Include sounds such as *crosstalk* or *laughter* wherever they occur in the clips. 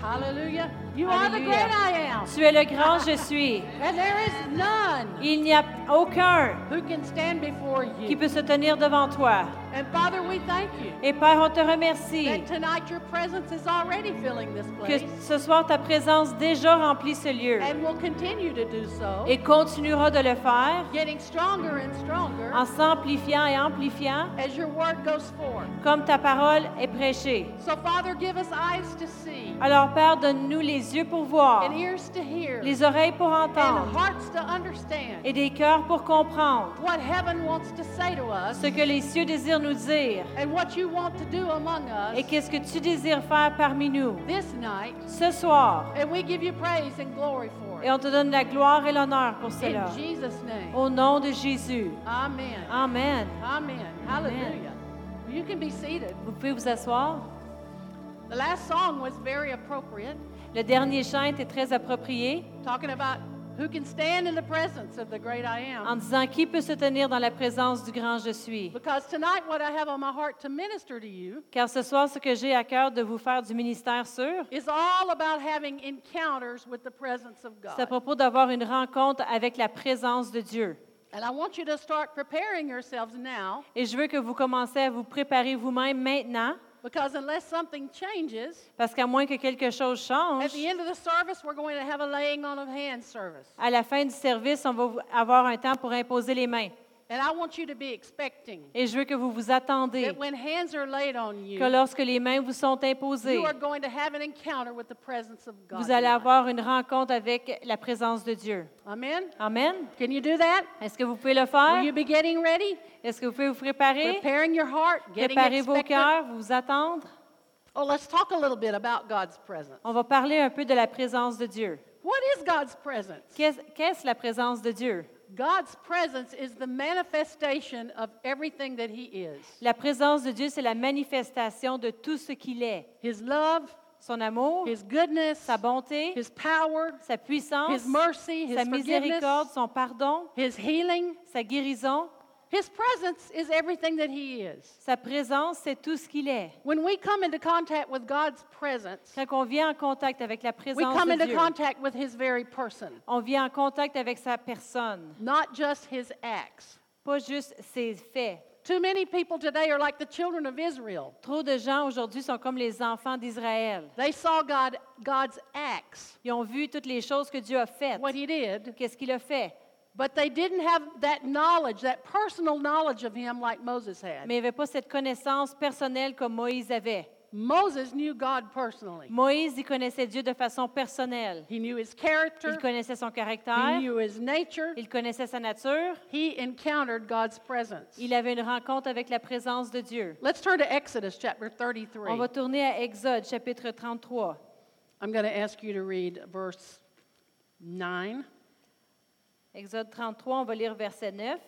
Hallelujah. You are the Alléluia. great I am. Tu es le grand je suis. And there is none Il n'y a aucun who can stand before qui you. peut se tenir devant toi. And Father, we thank you Et Père, on te remercie that tonight your presence is already filling this que place ce soir ta présence déjà remplit ce lieu and will continue to do so, et continuera de le faire getting stronger and en stronger s'amplifiant et amplifiant as your word goes forth. comme ta parole est prêchée. So, Father, give us eyes to see Alors Père, donne-nous les yeux pour voir, and ears to hear les oreilles pour and entendre hearts to understand et des cœurs pour comprendre what heaven wants to say to us ce que les cieux désirent nous dire and what you want to do among us et qu'est-ce que tu désires faire parmi nous this night. ce soir. And we give you praise and glory for Et it. on te donne la gloire et l'honneur pour In cela. Jesus' name. Au nom de Jésus. Amen. Oh. Amen. Amen. Hallelujah. You can be seated. Vous pouvez vous asseoir. The last song was very appropriate, Le dernier chant était très approprié talking about who can stand in the presence of the great I en am. disant qui peut se tenir dans la présence du grand je suis. Because tonight, what I have on my heart to minister to you Car ce soir, ce que j'ai à cœur de vous faire du ministère sur, is all about having encounters with the presence of c'est à God. propos d'avoir une rencontre avec la présence de Dieu. And I want you to start preparing yourselves now, Et je veux que vous commencez à vous préparer vous-même maintenant, because unless something changes, parce qu'à moins que quelque chose at change, the end of the service, we're going to have a laying on of hands service. à la fin du service, on va vous- avoir un temps pour imposer les mains. And I want you to be expecting Et je veux que vous vous attendez that when hands are laid on you, que lorsque les mains vous sont imposées, You are going to have an encounter with the presence of God. vous allez tonight. avoir une rencontre avec la présence de Dieu. Amen. Amen. Can you do that? Est-ce que vous pouvez le Will you faire? be getting ready? Est-ce que vous pouvez vous préparer? Preparing your heart, getting Préparez vos expectant. cœurs, vous vous attendre. Oh, let's talk a little bit about God's presence. On va parler un peu de la présence de Dieu. What is God's presence? Qu'est-ce qu'est-ce la présence de Dieu? God's presence is the manifestation of everything that He is La présence de Dieu, c'est la manifestation de tout ce qu'il est. His love, Son amour, His goodness, sa bonté, His power, sa puissance, His mercy, His sa miséricorde, forgiveness. son pardon, His healing. sa guérison. His presence is everything that He is. Sa présence, c'est tout ce qu'il est. When we come into contact with God's presence, Quand on vient en contact avec la we présence come de into Dieu, contact with His very person. on vient en contact avec sa personne, not just his acts. pas juste ses faits. Too many people today are like the children of Israel. Trop de gens aujourd'hui sont comme les enfants d'Israël. They saw God, God's acts, Ils ont vu toutes les choses que Dieu a faites. what he did, Qu'est-ce qu'il a fait? but they didn't have that knowledge, that personal knowledge of him like Moses had. Mais il n'y avait pas cette connaissance personnelle comme Moïse avait. Moses knew God personally. Moïse, il connaissait Dieu de façon personnelle. He knew his Il character, connaissait son he caractère, knew his nature. il connaissait sa nature. He encountered God's presence. Il avait une rencontre avec la présence de Dieu. Let's turn to Exodus chapter On 33. va tourner à Exode, chapitre 33. I'm going to ask you to read verse 9. Exode 33, on va lire verset 9.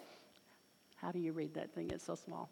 How do you read that thing? It's so small.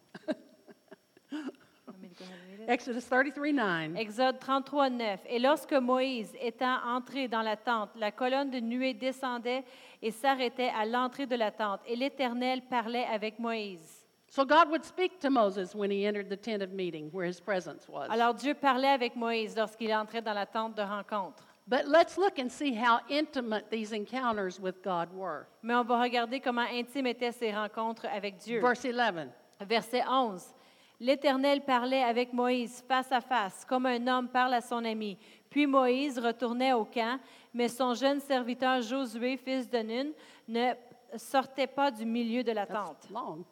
Exodus 33 9. Exode 33, 9. Et lorsque Moïse étant entré dans la tente, la colonne de nuée descendait et s'arrêtait à l'entrée de la tente, et l'Éternel parlait avec Moïse. So God would speak to Moses when he entered the tent of meeting where his presence was. Alors Dieu parlait avec Moïse lorsqu'il entrait dans la tente de rencontre. But let's look and see how intimate these encounters with God were. Mais on va regarder comment intimes étaient ces rencontres avec Dieu. Verse 11. Verset 11. L'Éternel parlait avec Moïse face à face, comme un homme parle à son ami. Puis Moïse retournait au camp, mais son jeune serviteur Josué, fils de Nun, ne sortait pas du milieu de la tente. That's long.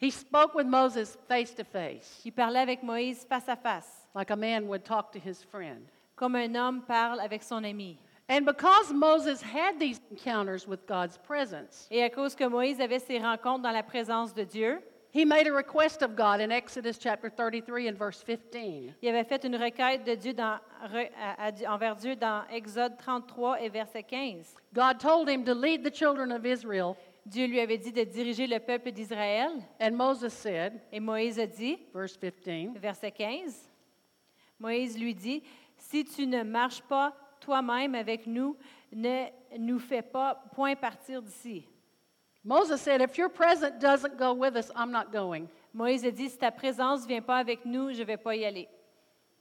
He spoke with Moses face to face, Il parlait avec Moïse face à face, like a man would talk to his friend. comme un homme parle avec son ami. And because Moses had these encounters with God's presence, Et à cause que Moïse avait ses rencontres dans la présence de Dieu, he made a request of God in Exodus chapter 33 and verse 15. il avait fait une requête de Dieu dans- re- à- à Dieu- envers Dieu dans Exode 33 et verset 15. God told him to lead the children of Israel, Dieu lui avait dit de diriger le peuple d'Israël. and Moses said, Et Moïse a dit, verse 15, verset 15, Moïse lui dit, Si tu ne marches pas toi-même avec nous, ne nous fais pas point partir d'ici. Moses said, If your present doesn't go with us, I'm not going. Moïse a dit, Si ta présence ne vient pas avec nous, je ne vais pas y aller.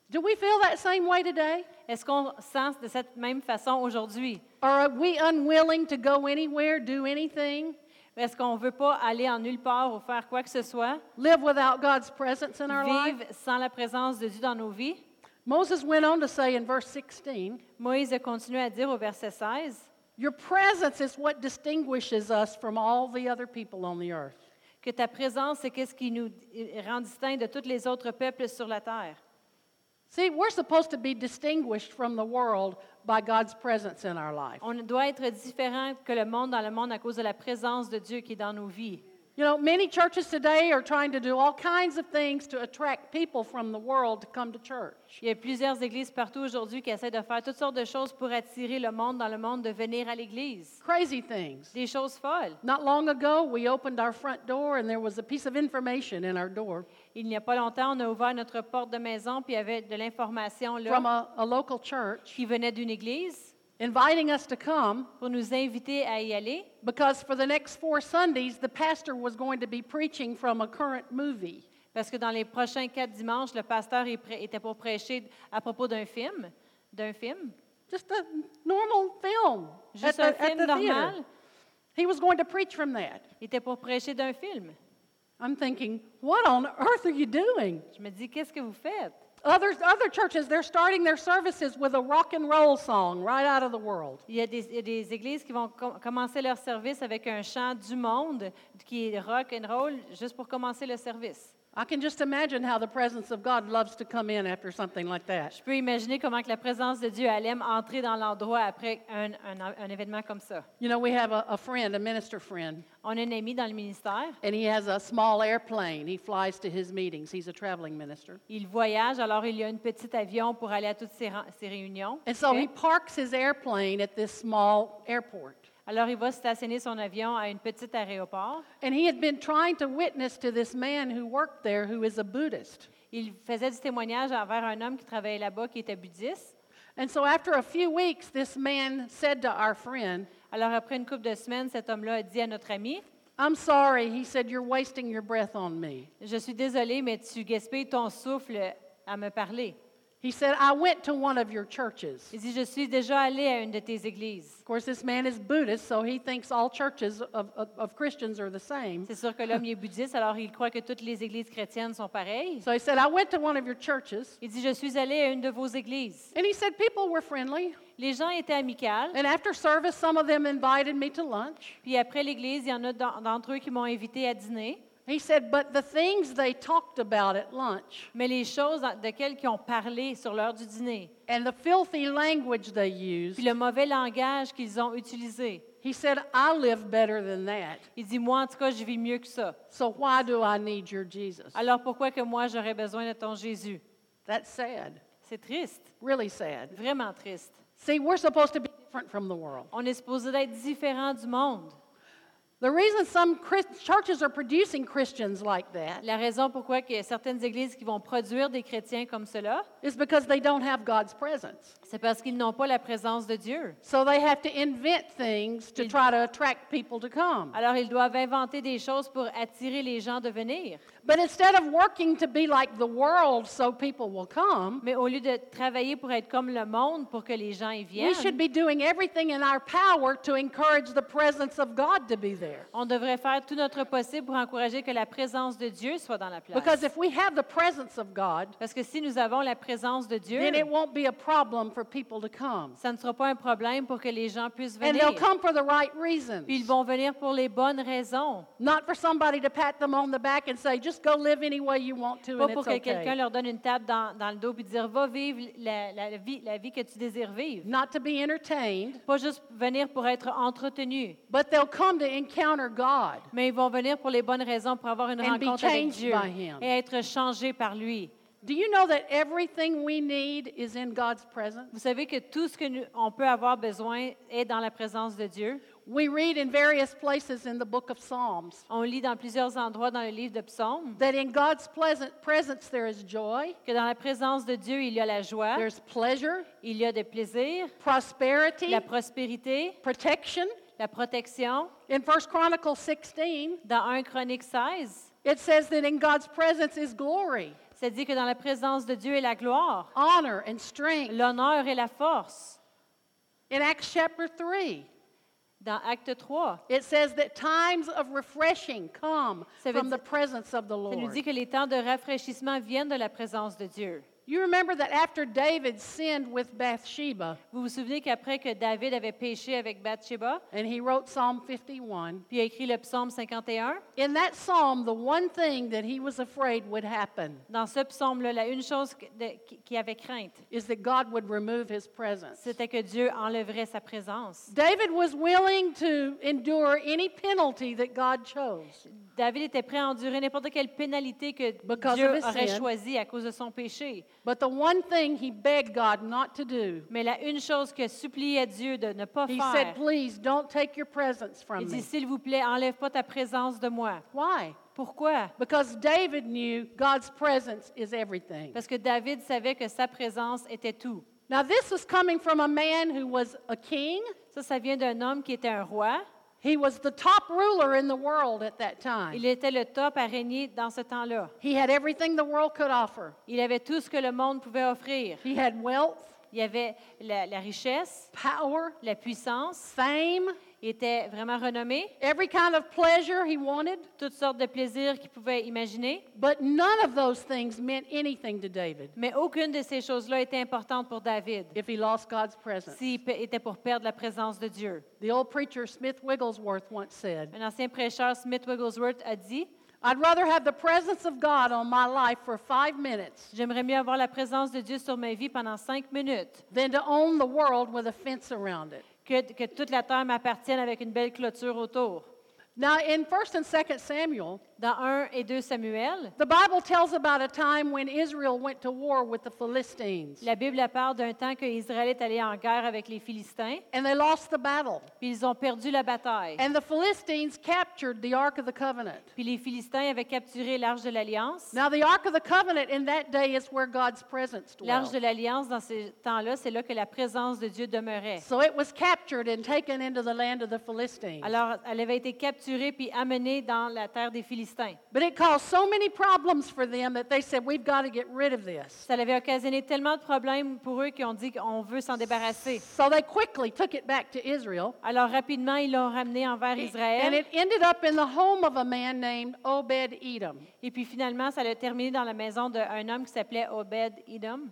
Do we feel that same way today? Est-ce qu'on sent de cette même façon aujourd'hui? Or are we unwilling to go anywhere, do anything, Est-ce qu'on ne veut pas aller en nulle part ou faire quoi que ce soit? live without God's presence in our life? Vivre sans la présence de Dieu dans nos vies? Moses went on to say in verse 16, Moïse a continué à dire au verset 16 Your presence is what distinguishes us from all the other people on the earth. que ta présence, c'est qu'est-ce qui nous rend distincts de tous les autres peuples sur la terre. See, we're supposed to be distinguished from the world by God's presence in our life. On doit être différent que le monde dans le monde à cause de la présence de Dieu qui est dans nos vies. You know, many churches today are trying to do all kinds of things to attract people from the world to come to church. Il y a plusieurs églises partout aujourd'hui qui essaient de faire toutes sortes de choses pour attirer le monde dans le monde de venir à l'église. Crazy things. Des choses folles. Not long ago, we opened our front door and there was a piece of information in our door Il n'y a pas longtemps, on a ouvert notre porte de maison puis il y avait de l'information là from a, a local church qui venait d'une église inviting us to come pour nous inviter à y aller because for the next four Sundays, the pastor was going to be preaching from a current movie. parce que dans les prochains quatre dimanches, le pasteur est prêt- était pour prêcher à propos d'un film, d'un film, Just a normal film. at juste the- un at film the theater. normal. He was going to preach from that. Il était pour prêcher d'un film. I'm thinking, what on earth are you doing? Je me dis, qu'est-ce que vous faites? Others, other churches, they're starting their services with a rock and roll song right out of the world. Il y a des, il y a des églises qui vont com- commencer leur service avec un chant du monde qui est rock and roll juste pour commencer le service. I can just imagine how the presence of God loves to come in after something like that. Je peux imaginer comment que la présence de Dieu elle aime entrer dans l'endroit après un, un- un événement comme ça. You know, we have a, a friend, a minister friend, On a un ami dans le ministère. and he has a small airplane. He flies to his meetings. He's a traveling minister. Il voyage, alors il y a un petit avion pour aller à toutes ses, ren- ses réunions. And so Ok? he parks his airplane at this small airport. Alors il va stationner son avion à une petite aéroport. And he had been trying to witness to this man who worked there who is a Buddhist. Il faisait du témoignage envers un homme qui travaillait là-bas qui était bouddhiste. And so after a few weeks, this man said to our friend, Alors après une couple de semaines, cet homme-là a dit à notre ami, I'm sorry. He said, You're wasting your breath on me. Je suis désolée, mais tu gaspilles ton souffle à me parler. He said, I went to one of your churches. Il dit, je suis déjà allé à une de tes églises. Of course, this man is Buddhist, so he thinks all churches of, of, of Christians are the same. C'est sûr que l'homme il est bouddhiste, alors il croit que toutes les églises chrétiennes sont pareilles. So he said, I went to one of your churches. Il dit, je suis allé à une de vos églises. And he said, People were friendly. Les gens étaient amicaux. And after service, some of them invited me to lunch. Puis après l'église, il y en a d'en- d'entre eux qui m'ont invité à dîner. He said, But the things they talked about at lunch Mais les choses en- de quelles qui ont parlé sur l'heure du dîner, and the filthy language they used, puis le mauvais langage qu'ils ont utilisé, he said, I live better than that. il dit, moi, en tout cas, je vis mieux que ça. So why do I need your Jesus? Alors pourquoi que moi, j'aurais besoin de ton Jésus? That's sad, C'est triste, really sad. vraiment triste. See, we're supposed to be different from the world. On est supposé d'être différent du monde. The reason some Christ- churches are producing Christians like that La raison pourquoi il y a certaines églises qui vont produire des chrétiens comme cela, is because they don't have God's presence. c'est parce qu'ils n'ont pas la présence de Dieu. So they have to invent things to try to attract people to come. Alors ils doivent inventer des choses pour attirer les gens de venir. But instead of working to be like the world so people will come, Mais au lieu de travailler pour être comme le monde pour que les gens y we should viennent, be doing everything in our power to encourage the presence of God to be there. on devrait faire tout notre possible pour encourager que la présence de Dieu soit dans la place. Because if we have the presence of God, Parce que si nous avons la présence de Dieu, then it won't be a problem for people to come. ça ne sera pas un problème pour que les gens puissent And they'll venir. come for the right Puis ils reasons. vont venir pour les bonnes raisons. Not for somebody to pat them on the back and say, just go live any way you want to Pas and pour it's que quelqu'un okay. leur donne une tape dans, dans le dos et dire va vivre la, la vie, la vie que tu désires vivre. Not to be entertained, Pas juste venir pour être entretenu, but they'll come to encounter God. mais ils vont venir pour les bonnes raisons, pour avoir une And be rencontre avec changed Dieu by him. et être changé par lui. Do you know that everything we need is in God's presence? Vous savez que tout ce que nous- on peut avoir besoin est dans la présence de Dieu. We read in various places in the book of Psalms On lit dans plusieurs endroits dans le livre de Psaumes that in God's pleasant presence there is joy, que dans la présence de Dieu, il y a la joie, there's pleasure, il y a des plaisirs, prosperity, la prospérité, protection. la protection. In 1 Chronicles 16, Dans 1 Chronique 16, it says that in God's presence is glory. C'est dit que dans la présence de Dieu est la gloire, honor, and strength. l'honneur et la force. In Acts chapter 3, Dans Acte 3, it says that times of refreshing come Ça veut from the dire- presence of the ça nous dit Lord. que les temps de rafraîchissement viennent de la présence de Dieu. You remember that after David sinned with Bathsheba, Vous vous souvenez qu'après que David avait péché avec Bathsheba, and he wrote Psalm 51, puis a écrit le psaume 51, in that psalm, the one thing that he was afraid would happen dans ce psaume-là, la une chose que- de- qui- qui avait crainte, is that God would remove his presence. c'était que Dieu enlèverait sa présence. David was willing to endure any penalty that God chose. David était prêt à endurer n'importe quelle pénalité que Because Dieu of his aurait sin. choisie à cause de son péché. But the one thing he begged God not to do, Mais la une chose que suppliait Dieu de ne pas he faire, said, Please don't take your presence il from dit, me. s'il vous plaît, enlève pas ta présence de moi. Why? Pourquoi? Because David knew God's presence is everything. Parce que David savait que sa présence était tout. Now, this was coming from a man who was a king. Ça, ça vient d'un homme qui était un roi. He was the top ruler in the world at that time. Il était le top à régner dans ce temps-là. He had everything the world could offer. Il avait tout ce que le monde pouvait offrir. He had wealth, Il y avait la, la richesse, power, la puissance. fame, Il était vraiment renommé. every kind of pleasure he wanted. Toutes sortes de plaisirs qu'il pouvait imaginer. But none of those things meant anything to David Mais aucune de ces choses-là était importante pour David if he lost God's presence. s'il pe- était pour perdre la présence de Dieu. The old preacher Smith Wigglesworth once said, Un ancien prêcheur, Smith Wigglesworth, a dit I'd rather have the presence of God on my life for five minutes J'aimerais mieux avoir la présence de Dieu sur ma vie pendant cinq minutes than to own the world with a fence around it. que, que toute la terre m'appartienne avec une belle clôture autour. Now, in 1st and 2nd Samuel, Dans 1 et 2 Samuel, the Bible tells about a time when Israel went to war with the Philistines la Bible la parle d'un temps que Israël est allé en guerre avec les Philistins, and they lost the battle. puis ils ont perdu la bataille. And the Philistines captured the Ark of the Covenant. Puis les Philistins avaient capturé l'Arche de l'Alliance. Now, the Ark of the Covenant in that day is where God's presence L'Arche dwells. de l'Alliance, dans ces temps-là, c'est là que la présence de Dieu demeurait. So it was captured and taken into the land of the Philistines. Alors, elle avait été capturée puis amenée dans la terre des Philistins. But it caused so many problems for them that they said, We've got to get rid of this. Ça avait occasionné tellement de problèmes pour eux qu'ils ont dit qu'on veut s'en débarrasser. So they quickly took it back to Israel. Alors, rapidement, ils l'ont ramené envers And Israël. it ended up in the home of a man named Obed Edom. Et puis, finalement, ça l'a terminé dans la maison d'un homme qui s'appelait Obed-Edom.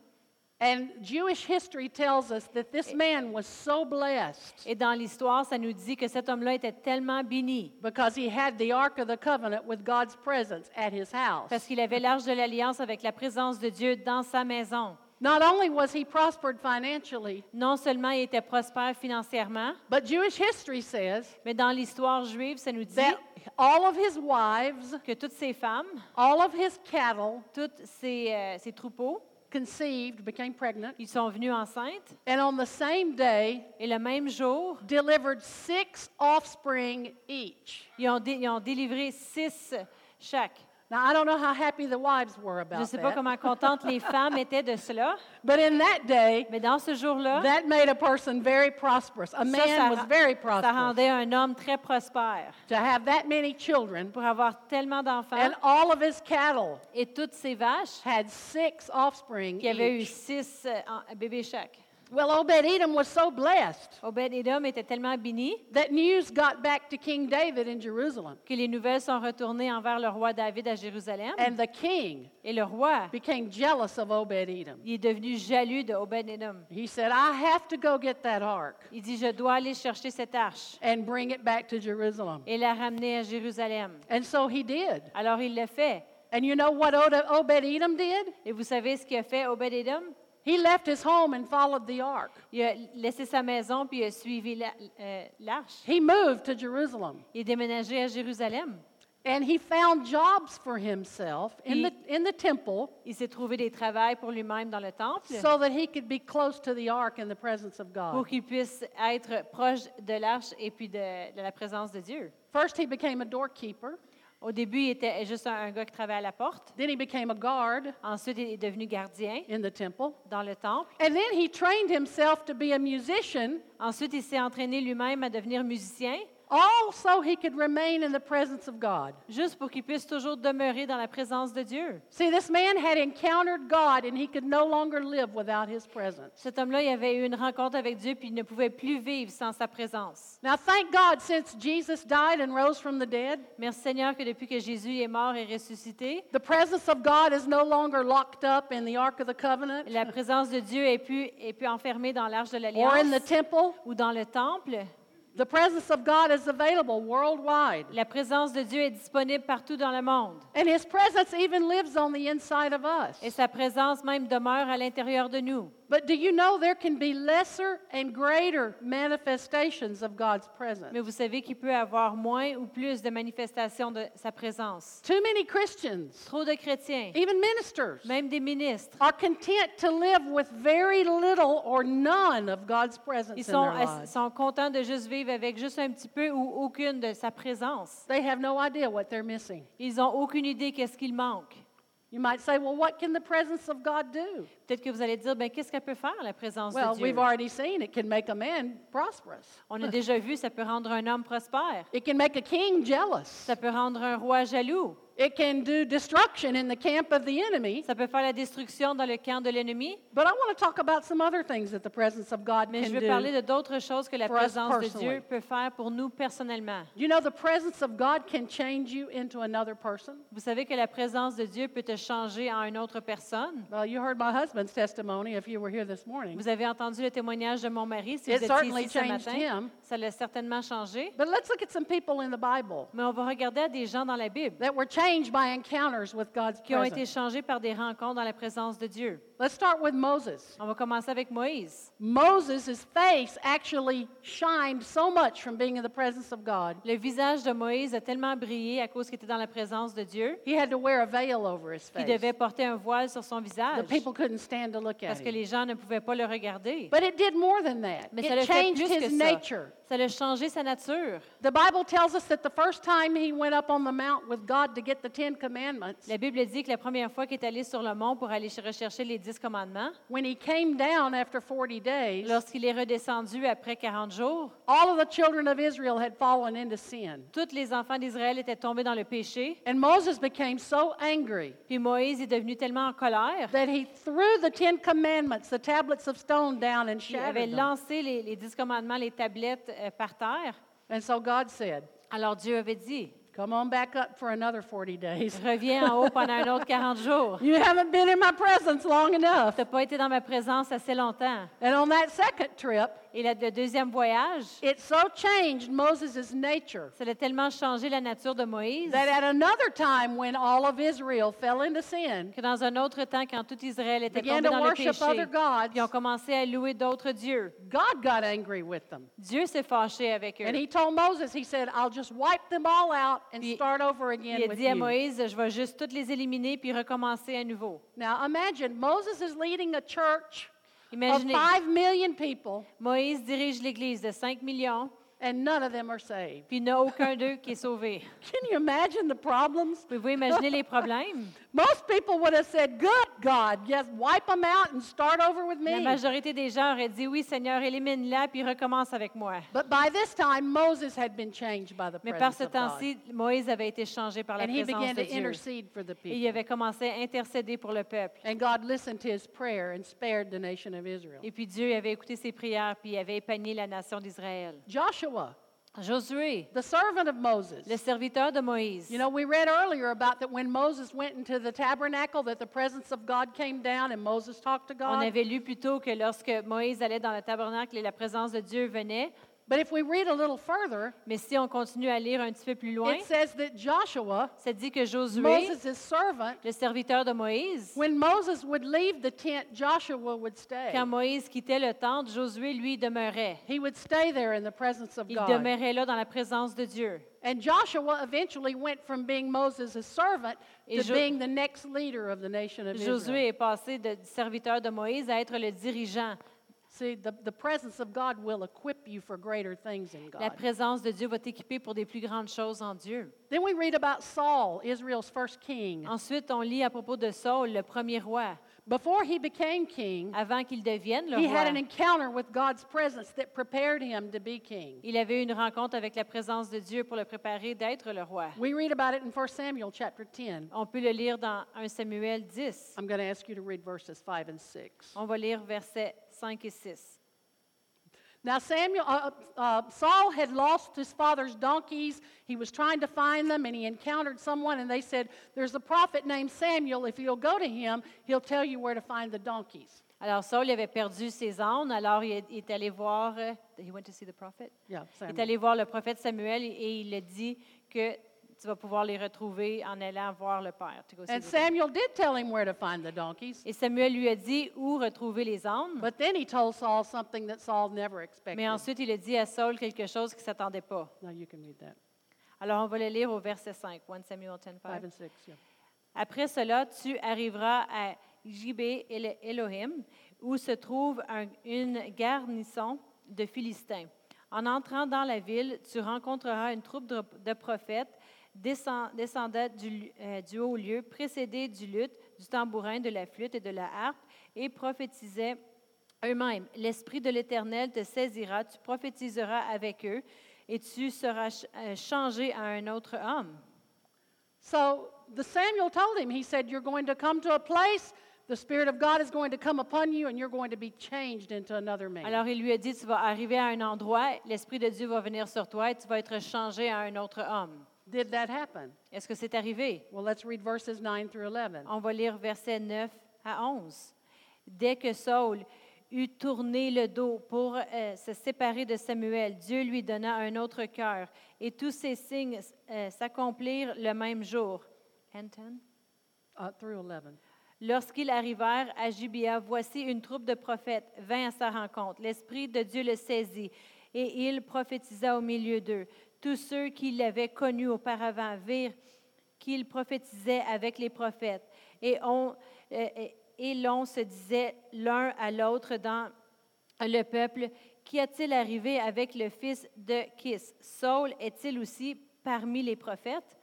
And Jewish history tells us that this man was so blessed Et dans l'histoire, ça nous dit que cet homme-là était tellement béni because he had the Ark of the Covenant with God's presence at his house. parce qu'il avait l'arche de l'alliance avec la présence de Dieu dans sa maison. Not only was he prospered financially, Non seulement il était prospère financièrement, but Jewish history says mais dans l'histoire juive, ça nous dit that all of his wives, que toutes ces femmes, all of his cattle toutes ces, euh, ces troupeaux, conceived, became pregnant, ils sont venus enceintes and on the same day et le même jour, delivered six offspring each. ils ont, dé- ils ont délivré six chaque. Now, I don't know how happy the wives were Je ne about sais pas that, comment contentes les femmes étaient de cela, but in that day, mais dans ce jour-là, ça, that made a person very prosperous. A ça man was very ren- ça prosperous rendait un homme très prospère to have that many children, pour avoir tellement d'enfants. and all of his cattle Et toutes ces vaches had six offspring qui avaient eu each. six euh, en- bébés chaque. Well, Obed Edom was so blessed Obed-Edom était tellement béni that news got back to King David in Jerusalem. que les nouvelles sont retournées envers le roi David à Jérusalem. And the king Et le roi, became jealous of Obed Edom. il est devenu jaloux de Obed-Edom. He said, I have to go get that ark Il dit, je dois aller chercher cette arche and bring it back to Jerusalem. et la ramener à Jérusalem. And so he did. Alors il le fait. And you know what Obed Edom did? Et vous savez ce qu'il a fait, Obed-Edom? He left his home and followed the ark. Il a laissé sa maison puis il a suivi la- euh, l'arche. He moved to Jerusalem il est déménagé à Jérusalem. and he found jobs for himself in, the, in the temple Il s'est trouvé des travails pour lui-même dans le temple so that he could be close to the ark in the presence of pour God. qu'il puisse être proche de l'arche et puis de, de la présence de Dieu. First, he became a doorkeeper, Au début, il était juste un, un gars qui travaillait à la porte. then, he became a guard Ensuite, il est devenu gardien in the temple. dans le temple. And then he trained himself to be a musician Ensuite, il s'est entraîné lui-même à devenir musicien all so he could remain in the presence of God. juste pour qu'il puisse toujours demeurer dans la présence de Dieu. See, this man had encountered God and he could no longer live without his presence. Cet homme-là, il avait eu une rencontre avec Dieu, puis il ne pouvait plus vivre sans sa présence. Now, thank God, since Jesus died and rose from the dead, Merci Seigneur que depuis que Jésus est mort et ressuscité, the presence of God is no longer locked up in the Ark of the Covenant la présence de Dieu est plus, est plus enfermée dans l'arche de or in the l'Alliance temple. ou dans le temple. The presence of God is available worldwide. La présence de Dieu est disponible partout dans le monde. And his presence even lives on the inside of us. Et sa présence même demeure à l'intérieur de nous. But do you know there can be lesser and greater manifestations of God's presence? Mais vous savez qu'il peut avoir moins ou plus de manifestations de sa présence. Too many Christians, Trop de chrétiens, even ministers, même des ministres, are content to live with very little or none of God's presence ils in sont, their ass- lives. sont contents de juste vivre avec juste un petit peu ou aucune de sa présence. They have no idea what they're missing. Ils n'ont aucune idée qu'est-ce qu'il manque. You might say, well, what can the presence of God do? Peut-être que vous allez dire, ben qu'est-ce qu'elle peut faire, la présence Well, de Dieu? we've already seen it can make a man prosperous. On a déjà vu, ça peut rendre un homme prospère. It can make a king jealous. Ça peut rendre un roi jaloux. It can do destruction in the camp of the enemy. Ça peut faire la destruction dans le camp de l'ennemi. But I want to talk about some other things that the presence of God Mais can je veux do. parler de d'autres choses que la for us présence de personally. Dieu peut faire pour nous personnellement. You know, the presence of God can change you into another person. Vous savez que la présence de Dieu peut te changer en une autre personne. Well, you heard my husband's testimony if you were here this morning. Vous avez entendu le témoignage de mon mari, si It vous étiez certainly ici ce changed matin. him. Ça l'a certainement changé. But let's look at some people in the Bible Mais on va regarder à des gens dans la Bible that were changed by encounters with God's qui ont été presence. changés par des rencontres dans la présence de Dieu. Let's start with Moses. On va commencer avec Moïse. Moses' face actually shined so much from being in the presence of God, Le visage de Moïse a tellement brillé à cause qu'il était dans la présence de Dieu he had to wear a veil over his qu'il face. devait porter un voile sur son The visage people couldn't stand to look at parce que him. les gens ne pouvaient pas le regarder. But it did more than that. Mais ça l'a It fait changed plus que his ça. nature. Ça l'a changé sa nature. The Bible tells us that the first time he went up on the mount with God to get the Ten Commandments, La Bible dit que la première fois qu'il est allé sur le mont pour aller ch- rechercher les dix commandements, when he came down after 40 days, lorsqu'il est redescendu après 40 jours, all of the children of Israel had fallen into sin. tous les enfants d'Israël étaient tombés dans le péché. And Moses became so angry Puis Moïse est devenu tellement en colère that he threw the Ten Commandments, the tablets of stone, down and qu'il avait shattered them. lancé les, les dix commandements, les tablettes euh, par terre. And so God said, Alors Dieu avait dit, Come on back up for another 40 days. reviens en haut pendant un autre 40 jours. You haven't been in my presence long enough. Tu n'as pas été dans ma présence assez longtemps. And on that second trip, Et la- le deuxième voyage, it so changed Moses' nature ça a tellement changé la nature de Moïse that at another time when all of Israel fell into sin, que dans un autre temps, quand tout Israël était began tombé to dans le worship other péché, gods, Ils ont commencé à louer d'autres dieux. God got angry with them. Dieu s'est fâché avec And eux. he told Moses, he said, I'll just wipe them all out and Puis, start over again Il a with dit à you. Moïse, je vais juste toutes les éliminer puis recommencer à nouveau. Now imagine, Moses is leading a church of Imaginez, 5 million people, Moïse dirige l'Église de 5 millions, and none of them are saved. *laughs* puis il n'y a aucun d'eux qui est sauvé. Can you imagine the problems? Pouvez-vous imaginer *laughs* les problèmes? Most people would have said, Good God, yes, wipe them out and start over with La me. majorité des gens auraient dit, oui Seigneur, élimine-la puis recommence avec moi. But by this time, Moses had been changed by the Mais par presence ce of God. temps-ci, Moïse avait été changé par la And he présence began de to Dieu. intercede for the Et il people. avait commencé à intercéder pour le peuple. And God listened to his prayer and spared the nation of Israel. Et puis Dieu avait écouté ses prières puis il avait épargné la nation d'Israël. Joshua, Josué, the servant of Moses. le serviteur de Moïse. You know, we read earlier about that when Moses went into the tabernacle, that the presence of God came down and Moses talked to On God. avait lu plus tôt que lorsque Moïse allait dans le tabernacle et la présence de Dieu venait. But if we read a little further, Mais si on continue à lire un petit peu plus loin, it says that Joshua, ça dit que Josué, Moses' servant, le serviteur de Moïse, when Moses would leave the tent, Joshua would stay. quand Moïse quittait le temple, Josué, lui, demeurait. He would stay there in the presence of Il God. demeurait là dans la présence de Dieu. And Joshua eventually went from being Moses' servant Et to Jo- being the next leader of the nation of Josué Israel. est passé de serviteur de Moïse à être le dirigeant. See, the, the presence of God will equip you for greater things in La God. présence de Dieu va t'équiper pour des plus grandes choses en Dieu. Then we read about Saul, Israel's first king. Uh, Ensuite, on lit à propos de Saul, le premier roi. Before he became king, avant qu'il devienne le he had an roi. encounter with God's presence that prepared him to be king. Il avait eu une rencontre avec la présence de Dieu pour le préparer d'être le roi. We read about it in 1 Samuel chapter 10. On peut le lire dans 1 Samuel 10. I'm going to ask you to read verses 5 and 6. On va lire versets 5 et 6. Now Samuel, uh, uh, Saul had lost his father's donkeys. He was trying to find them, and he encountered someone, and they said, "There's a prophet named Samuel. If you'll go to him, he'll tell you where to find the donkeys." Alors Saul avait perdu ses ânes, alors il est- il est allé voir euh, he went to see the prophet. Yeah, Il est Samuel. allé voir le prophète Samuel et- et il a dit que tu vas pouvoir les retrouver en allant voir le père. Tu vas And aussi les- Samuel did tell him where to find the donkeys, Et Samuel lui a dit où retrouver les ânes, but then he told Saul something that Saul never expected. mais ensuite il a dit à Saul quelque chose qui ne s'attendait pas. Now you can read that Alors on va le lire au verset 5, 1 Samuel 10, five 5. and six. Yeah. Après cela, tu arriveras à Jibé El- Elohim, où se trouve un- une garnison de Philistins. En entrant dans la ville, tu rencontreras une troupe de, de prophètes descend- descendant du, lu- euh, du haut lieu, précédés du luth, du tambourin, de la flûte et de la harpe, et prophétisaient eux-mêmes. L'Esprit de l'Éternel te saisira, tu prophétiseras avec eux, et tu seras ch- euh, changé à un autre homme. So the Samuel told him, he said, You're going to come to a place, the Spirit of God is going to come upon you, and you're going to be changed into another man. Alors il lui a dit, tu vas arriver à un endroit, l'Esprit de Dieu va venir sur toi et tu vas être changé à un autre homme. Did that happen? Est-ce que c'est arrivé? Well, let's read verses 9 through 11. On va lire versets 9 à 11. Dès que Saul eut tourné le dos pour euh, se séparer de Samuel, Dieu lui donna un autre cœur et tous ces signes euh, s'accomplirent le même jour. Anton? Uh, through 11. Lorsqu'ils arrivèrent à Gibea, voici une troupe de prophètes vint à sa rencontre. L'Esprit de Dieu le saisit et il prophétisa au milieu d'eux. Tous ceux qui l'avaient connu auparavant virent qu'il prophétisait avec les prophètes et, on, euh, et- et l'on se disait l'un à l'autre dans le peuple, qu'y a-t-il arrivé avec le fils de Kis? Saul est-il aussi parmi les prophètes?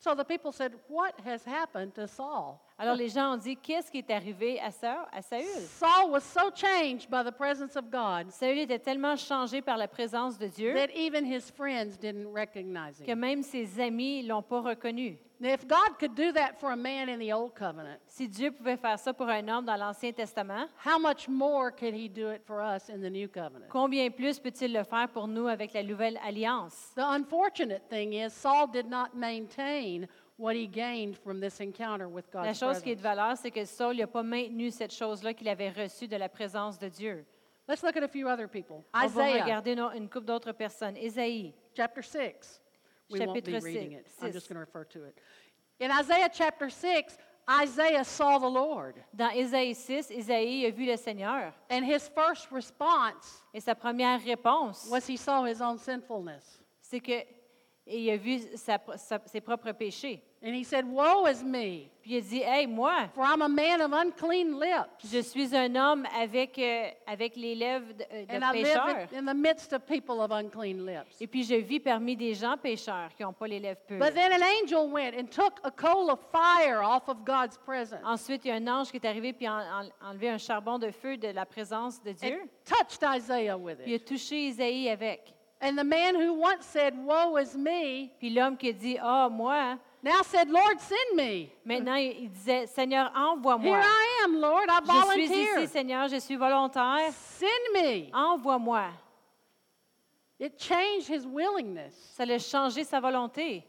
So the people said, What has happened to Saul? Alors les gens ont dit, qu'est-ce qui est arrivé à Sa- à Saül? Saul was so changed by the presence of God Saül était tellement changé par la présence de Dieu that even his friends didn't recognize que him. même ses amis l'ont pas reconnu. Now, if God could do that for a man in the Old Covenant, Si Dieu pouvait faire ça pour un homme dans l'Ancien Testament, how much more could he do it for us in the New Covenant? combien plus peut-il le faire pour nous avec la nouvelle alliance? The unfortunate thing is, Saul did not maintain what he gained from this encounter with La God's chose qui est de presence. valeur, c'est que Saul n'a pas maintenu cette chose-là qu'il avait reçue de la présence de Dieu. Let's look at a few other people. On va Isaiah regarder une, une couple d'autres personnes. Ésaïe, chapter 6. We won't be Chapitre reading it. I'm six. just going to refer to it. In Isaiah chapter 6, Isaiah saw the Lord, dans Ésaïe 6, Ésaïe a vu le Seigneur. and his first response Et sa première réponse, was he saw his own sinfulness. c'est que et il a vu sa pro- sa- ses propres péchés. And he said, Woe is me, Puis il a dit, Hey, moi, for I'm a man of unclean lips, Je suis un homme avec, euh, avec les lèvres de, euh, de and I pécheurs. live in- in the midst of people of unclean lips. Et puis je vis parmi des gens pécheurs qui n'ont pas les lèvres pures. But then an angel went and took a coal of fire off of God's presence Ensuite, il y a un ange qui est arrivé puis a en- en- enlevé un charbon de feu de la présence de Dieu. and touched Isaiah with Puis il a it. touché Isaïe avec. And the man who once said, Woe is me, Puis l'homme qui a dit, Ah, moi, now said, Lord, send me. maintenant il il disait, Seigneur, envoie-moi. Here I am, Lord, I Je suis volunteer. ici, Seigneur, je suis volontaire. Send me. Envoie-moi. It changed his willingness. Ça l'a changé sa volonté.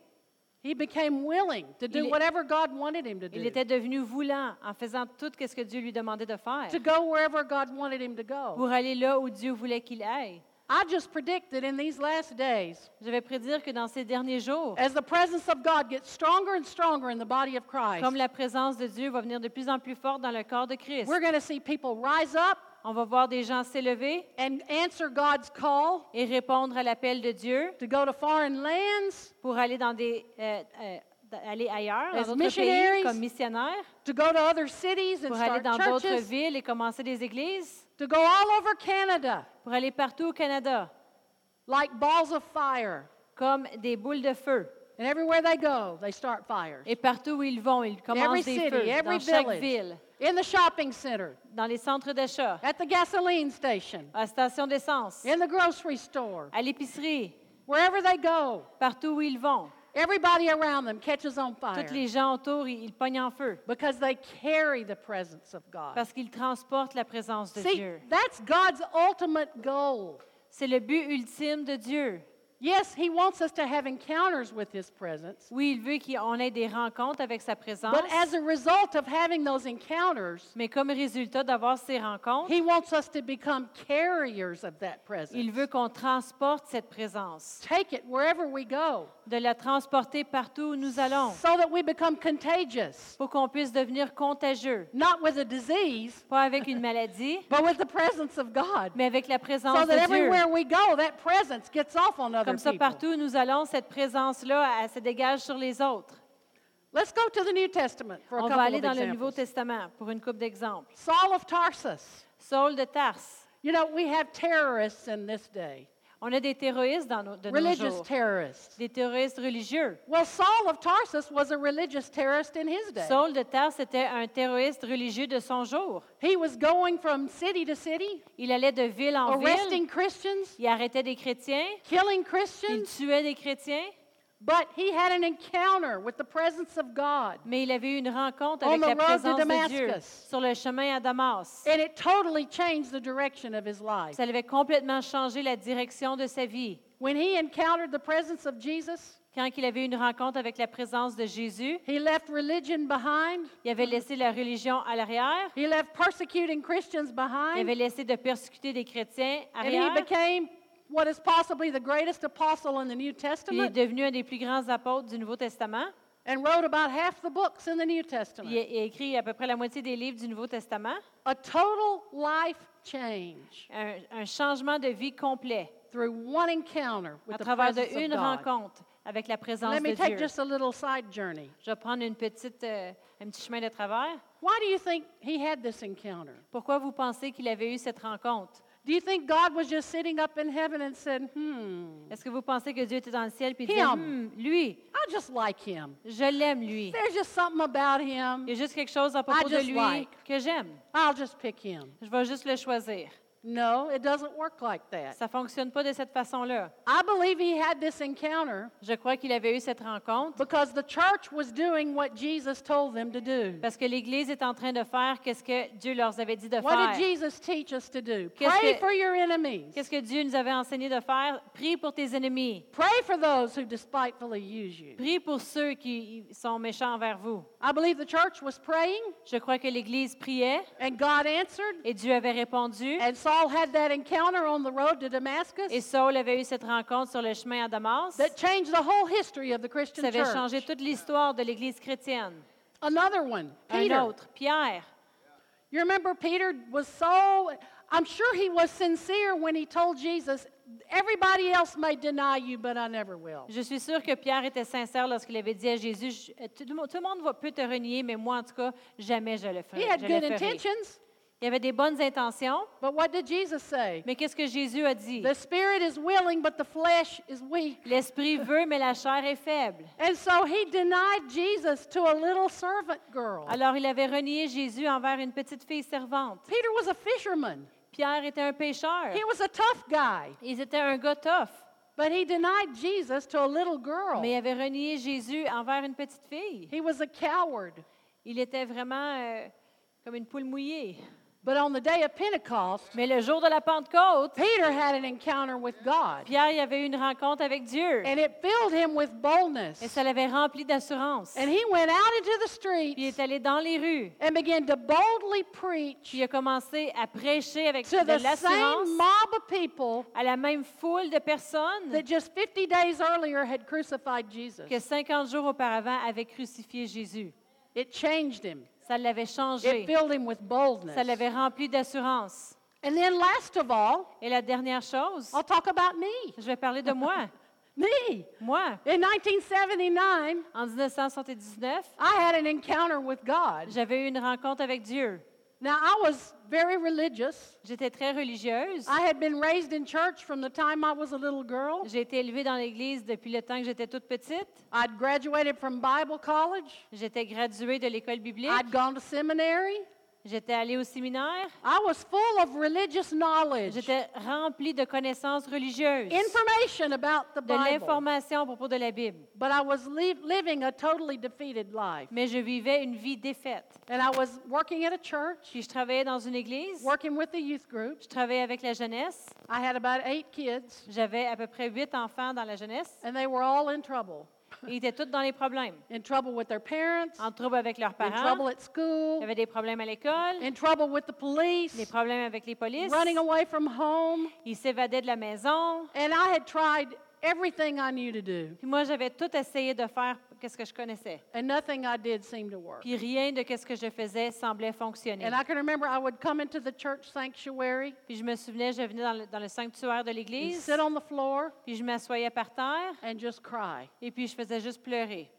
He became willing to do Il est- whatever God wanted him to Il do, était devenu voulant en faisant tout ce que Dieu lui demandait de faire to go wherever God wanted him to go. pour aller là où Dieu voulait qu'il aille. I just predict that in these last days, Je vais prédire que dans ces derniers jours, as the presence of God gets stronger and stronger in the body of Christ, comme la présence de Dieu va venir de plus en plus forte dans le corps de Christ, we're going to see people rise up on va voir des gens s'élever and answer God's call et répondre à l'appel de Dieu to go to foreign lands, pour aller dans des euh, euh, aller ailleurs, As dans d'autres pays, missionaries, comme missionnaires, to go to other cities and pour aller start dans d'autres churches, villes et commencer des églises, to go all over Canada pour aller partout au Canada, like balls of fire. comme des boules de feu. And everywhere they go, they start fires. Et partout où ils vont, ils commencent Every des city, feux every dans chaque village. ville. in the shopping center, dans les centres d'achat, at the gasoline station, à la station d'essence, in the grocery store, à l'épicerie, wherever they go. partout où ils vont. Everybody around them catches on fire Toutes les gens autour, ils, ils pognent en feu because they carry the presence of God. parce qu'ils transportent la présence de See, Dieu. that's God's ultimate goal. C'est le but ultime de Dieu. Yes, He wants us to have encounters with His presence, Oui, il veut qu'on ait des rencontres avec sa présence, but as a result of having those encounters, mais comme résultat d'avoir ces rencontres, He wants us to become carriers of that il presence. veut qu'on transporte cette présence, Take it wherever we go de la transporter partout où nous allons, so that we become contagious, pour qu'on puisse devenir contagieux, not with a disease, pas avec une maladie, but with the presence of God. mais avec la So présence that de Dieu. everywhere we go, that presence gets off on other Comme ça, people. partout où nous allons, cette présence-là, elle se dégage sur les autres. Let's go to the New Testament for a On va couple aller of dans le Nouveau examples. Testament pour une coupe d'exemples. Saul of Tarsus. Saul de Tarse. You know, we have terrorists in this day, On a des terroristes dans nos, de nos religious jours. terrorists. Des terroristes religieux. Well, Saul of Tarsus was a religious terrorist in his day. Saul de Tarse était un terroriste religieux de son jour. he was going from city to city, Il allait de ville en ville. arresting Christians, Il arrêtait des chrétiens. killing Il Christians, tuait des chrétiens. but he had an encounter with the presence of God, Mais il avait eu une rencontre On the avec la road to présence de Dieu Damascus. sur le chemin à Damas. and it totally changed the direction of his life. Ça avait complètement changé la direction de sa vie. When he encountered the presence of Jesus, Quand il avait eu une rencontre avec la présence de Jésus, he left religion behind, il avait laissé la religion à l'arrière. he left persecuting Christians Il avait behind, laissé de persécuter des chrétiens and he arrière. became what is possibly the greatest apostle in the New puis Il est Testament devenu un des plus grands apôtres du Nouveau Testament. and wrote about half the books in the New Puis Il a Testament. il a écrit à peu près la moitié des livres du Nouveau Testament. A total life change. Un, un changement de vie complet through one encounter à with the travers presence de une of God. rencontre avec la présence Let me de take Dieu. just a little side journey. Je vais prendre une petite, euh, un petit chemin de travers. Why do you think he had this encounter? Pourquoi vous pensez qu'il avait eu cette rencontre? Do you think God was just sitting up in heaven and said, hmm, Est-ce que vous pensez que Dieu était dans le ciel et Him. disait, Hum, lui, I just like him. je l'aime, lui. There's just something about him. Il y a juste quelque chose à propos de just lui like. que j'aime. I'll just pick him. Je vais juste le choisir. No, it doesn't work like that. Ça ne fonctionne pas de cette façon-là. I believe he had this encounter Je crois qu'il avait eu cette rencontre because the church was doing what Jesus told them to do. parce que l'Église est en train de faire qu'est-ce que Dieu leur avait dit de What did faire. Jesus teach us to do? Qu'est-ce Pray que- for your enemies. Qu'est-ce que Dieu nous avait enseigné de faire? Prie pour tes ennemis. Pray for those who despitefully use you. Prie pour ceux qui sont méchants envers vous. I believe the church was praying Je crois que l'Église priait and God answered. et Dieu avait répondu. And Saul had that encounter on the road to Damascus Et Saul avait eu cette rencontre sur le chemin à Damas. that changed the whole history of the Ça Christian avait changé church. toute l'histoire de l'Église chrétienne. Another one, Un Peter. autre, Pierre. You remember Peter was so, I'm sure he was sincere when he told Jesus, everybody else may deny you, but I never will. Je suis sûre que Pierre était sincère lorsqu'il avait dit à Jésus, Je- euh, tout, le monde- tout le monde va- peut te renier, mais moi, en tout cas, jamais je le ferai. He had Je le good ferai. intentions, Il avait des bonnes intentions, but what did Jesus say? mais qu'est-ce que Jésus a dit? The spirit is willing, but the flesh is weak. L'esprit veut, mais la chair est faible. And so he denied Jesus to a little servant girl. Alors il avait renié Jésus envers une petite fille servante. Peter was a fisherman. Pierre était un pécheur. He was a tough guy, Ils étaient un gars tough, but he denied Jesus to a little girl. mais il avait renié Jésus envers une petite fille. He was a coward. Il était vraiment euh, comme une poule mouillée. But on the day of Pentecost, Mais le jour de la Pentecôte, Peter had an encounter with God, Pierre il avait eu une rencontre avec Dieu. and it filled him with Et boldness. ça l'avait rempli d'assurance. And he went out into the Puis il est streets allé dans les rues. and began to boldly Puis preach il a commencé à prêcher avec to de the l'assurance same mob of people à la même foule de personnes that just 50 days earlier had crucified Jesus. que 50 jours auparavant avaient crucifié Jésus. It changed him, Ça l'avait it changé. filled him with Ça boldness. l'avait rempli d'assurance. And then, last of all, Et la dernière chose, I'll talk about me. je vais parler de moi. Me. Moi, In 1979, en 1979, I had an encounter with God. j'avais eu une rencontre avec Dieu. Now, I was very religious. J'étais très religieuse. I had been raised in church from the time I was a little girl. J'ai été élevée dans l'Église depuis le temps que j'étais toute petite. I'd graduated from Bible college. Ah. J'étais graduée de l'école biblique. I'd gone to seminary. J'étais allé au séminaire. I was full of religious knowledge, J'étais rempli de connaissances religieuses, information about the de Bible, l'information à propos de la Bible. but I was li- living a totally defeated life. Mais je vivais une vie défaite. And I was working at a church, Puis je travaillais dans une église. working with the youth group. Je travaillais avec la jeunesse. I had about eight kids, J'avais à peu près huit enfants dans la jeunesse. and they were all in trouble. Ils étaient tous dans les problèmes. In trouble with their parents, En trouble avec leurs in trouble parents. at Il y school, avait des problèmes à l'école. in trouble with the Des police, problèmes avec les polices. running away from home. Ils s'évadaient de la maison. And I had tried everything I knew to do, Puis moi, j'avais tout essayé de faire qu'est-ce que je connaissais. and nothing I did seemed to work. Puis rien de qu'est-ce que je faisais semblait fonctionner. And I can remember I would come into the church sanctuary Puis je me souvenais, je venais dans le, dans le sanctuaire de and l'église. sit on the floor Puis je m'assoyais par terre. and just cry. Et puis je faisais juste pleurer.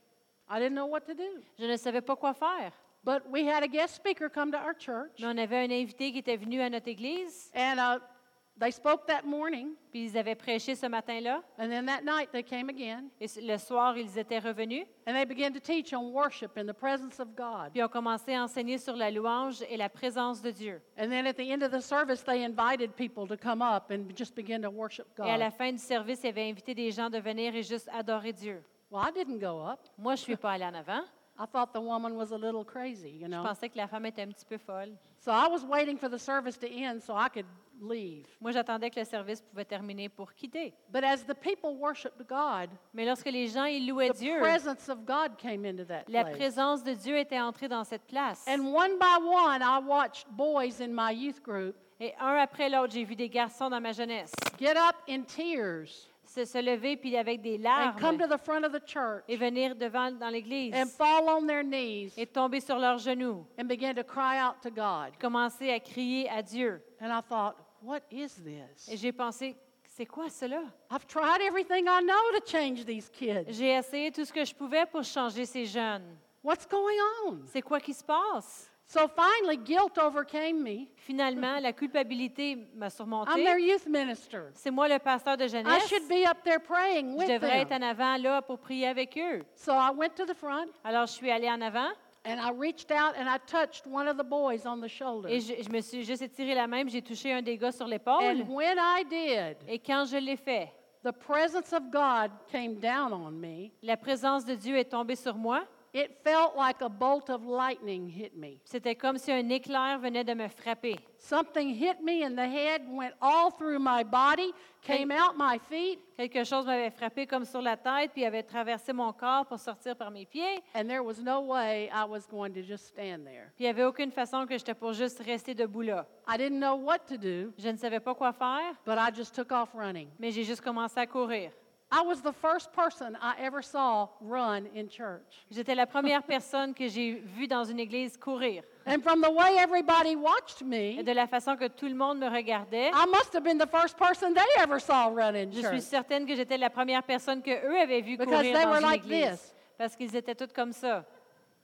I didn't know what to do. Je ne savais pas quoi faire. But we had a guest speaker come to our church, Mais on avait un invité qui était venu à notre église. and uh, they spoke that morning, Puis ils avaient prêché ce matin-là. and then that night they came again, Et le soir, ils étaient revenus. and they began to teach on worship in the presence of God. Puis ont commencé à enseigner sur la louange et la présence de Dieu. And then at the end of the service, they invited people to come up and just begin to worship Et à la God. fin du service, ils avaient invité des gens de venir et juste adorer Dieu. Well, I didn't go up. Moi, je suis pas allée en avant. I thought the woman was a little crazy, you Je know. pensais que la femme était un petit peu folle. So I was waiting for the service to end so I could leave. Moi, j'attendais que le service pouvait terminer pour quitter. But as the people worshiped God, Mais lorsque les gens ils louaient the Dieu, presence of God came into that la place. présence de Dieu était entrée dans cette place. And one by one, I watched boys in my youth group Et un après l'autre, j'ai vu des garçons dans ma jeunesse get up in tears se, se lever puis avec des and come larmes to the front of the church et venir devant dans and l'église fall on their knees et tomber sur leurs genoux, and begin to cry out to God. commencer à crier à Dieu. And I thought, what is this? Et j'ai pensé, c'est quoi cela? I've tried everything I know to change these kids. J'ai essayé tout ce que je pouvais pour changer ces jeunes. What's going on? C'est quoi qui se passe? So finally, guilt overcame me. Finalement, la culpabilité m'a I'm their surmontée. youth minister. C'est moi le pasteur de I jeunesse. should be up there praying Je with devrais être them. en avant là pour prier avec eux. So I went to the front Alors je suis allée en avant and I reached out and I touched one of the boys on the shoulder. et je, je me suis juste étirée la main, puis j'ai touché un des gars sur l'épaule. And when I did, Et quand je l'ai fait, the presence of God came down on me. la présence de Dieu est tombée sur moi. It felt like a bolt of lightning hit me. C'était comme si un éclair venait de me frapper. Something hit me in the head, went all through my body, came out my feet, Quelque chose m'avait frappé comme sur la tête, puis avait traversé mon corps pour sortir par mes pieds. and there was no way I was going to just stand there. Puis il n'y avait aucune façon que j'étais pour juste rester debout là. I didn't know what to do, Je ne savais pas quoi faire, but I just took off running. mais j'ai juste commencé à courir. I was the first person I ever saw run in church. J'étais *laughs* la première personne que j'ai vue dans une église courir. And from the way everybody watched Et me, de la façon que tout le monde me regardait, I must have been the first person they ever saw run in je suis church. certaine que j'étais la première personne que eux avaient vue Because courir they dans were une like église. this. Parce qu'ils étaient tous comme ça.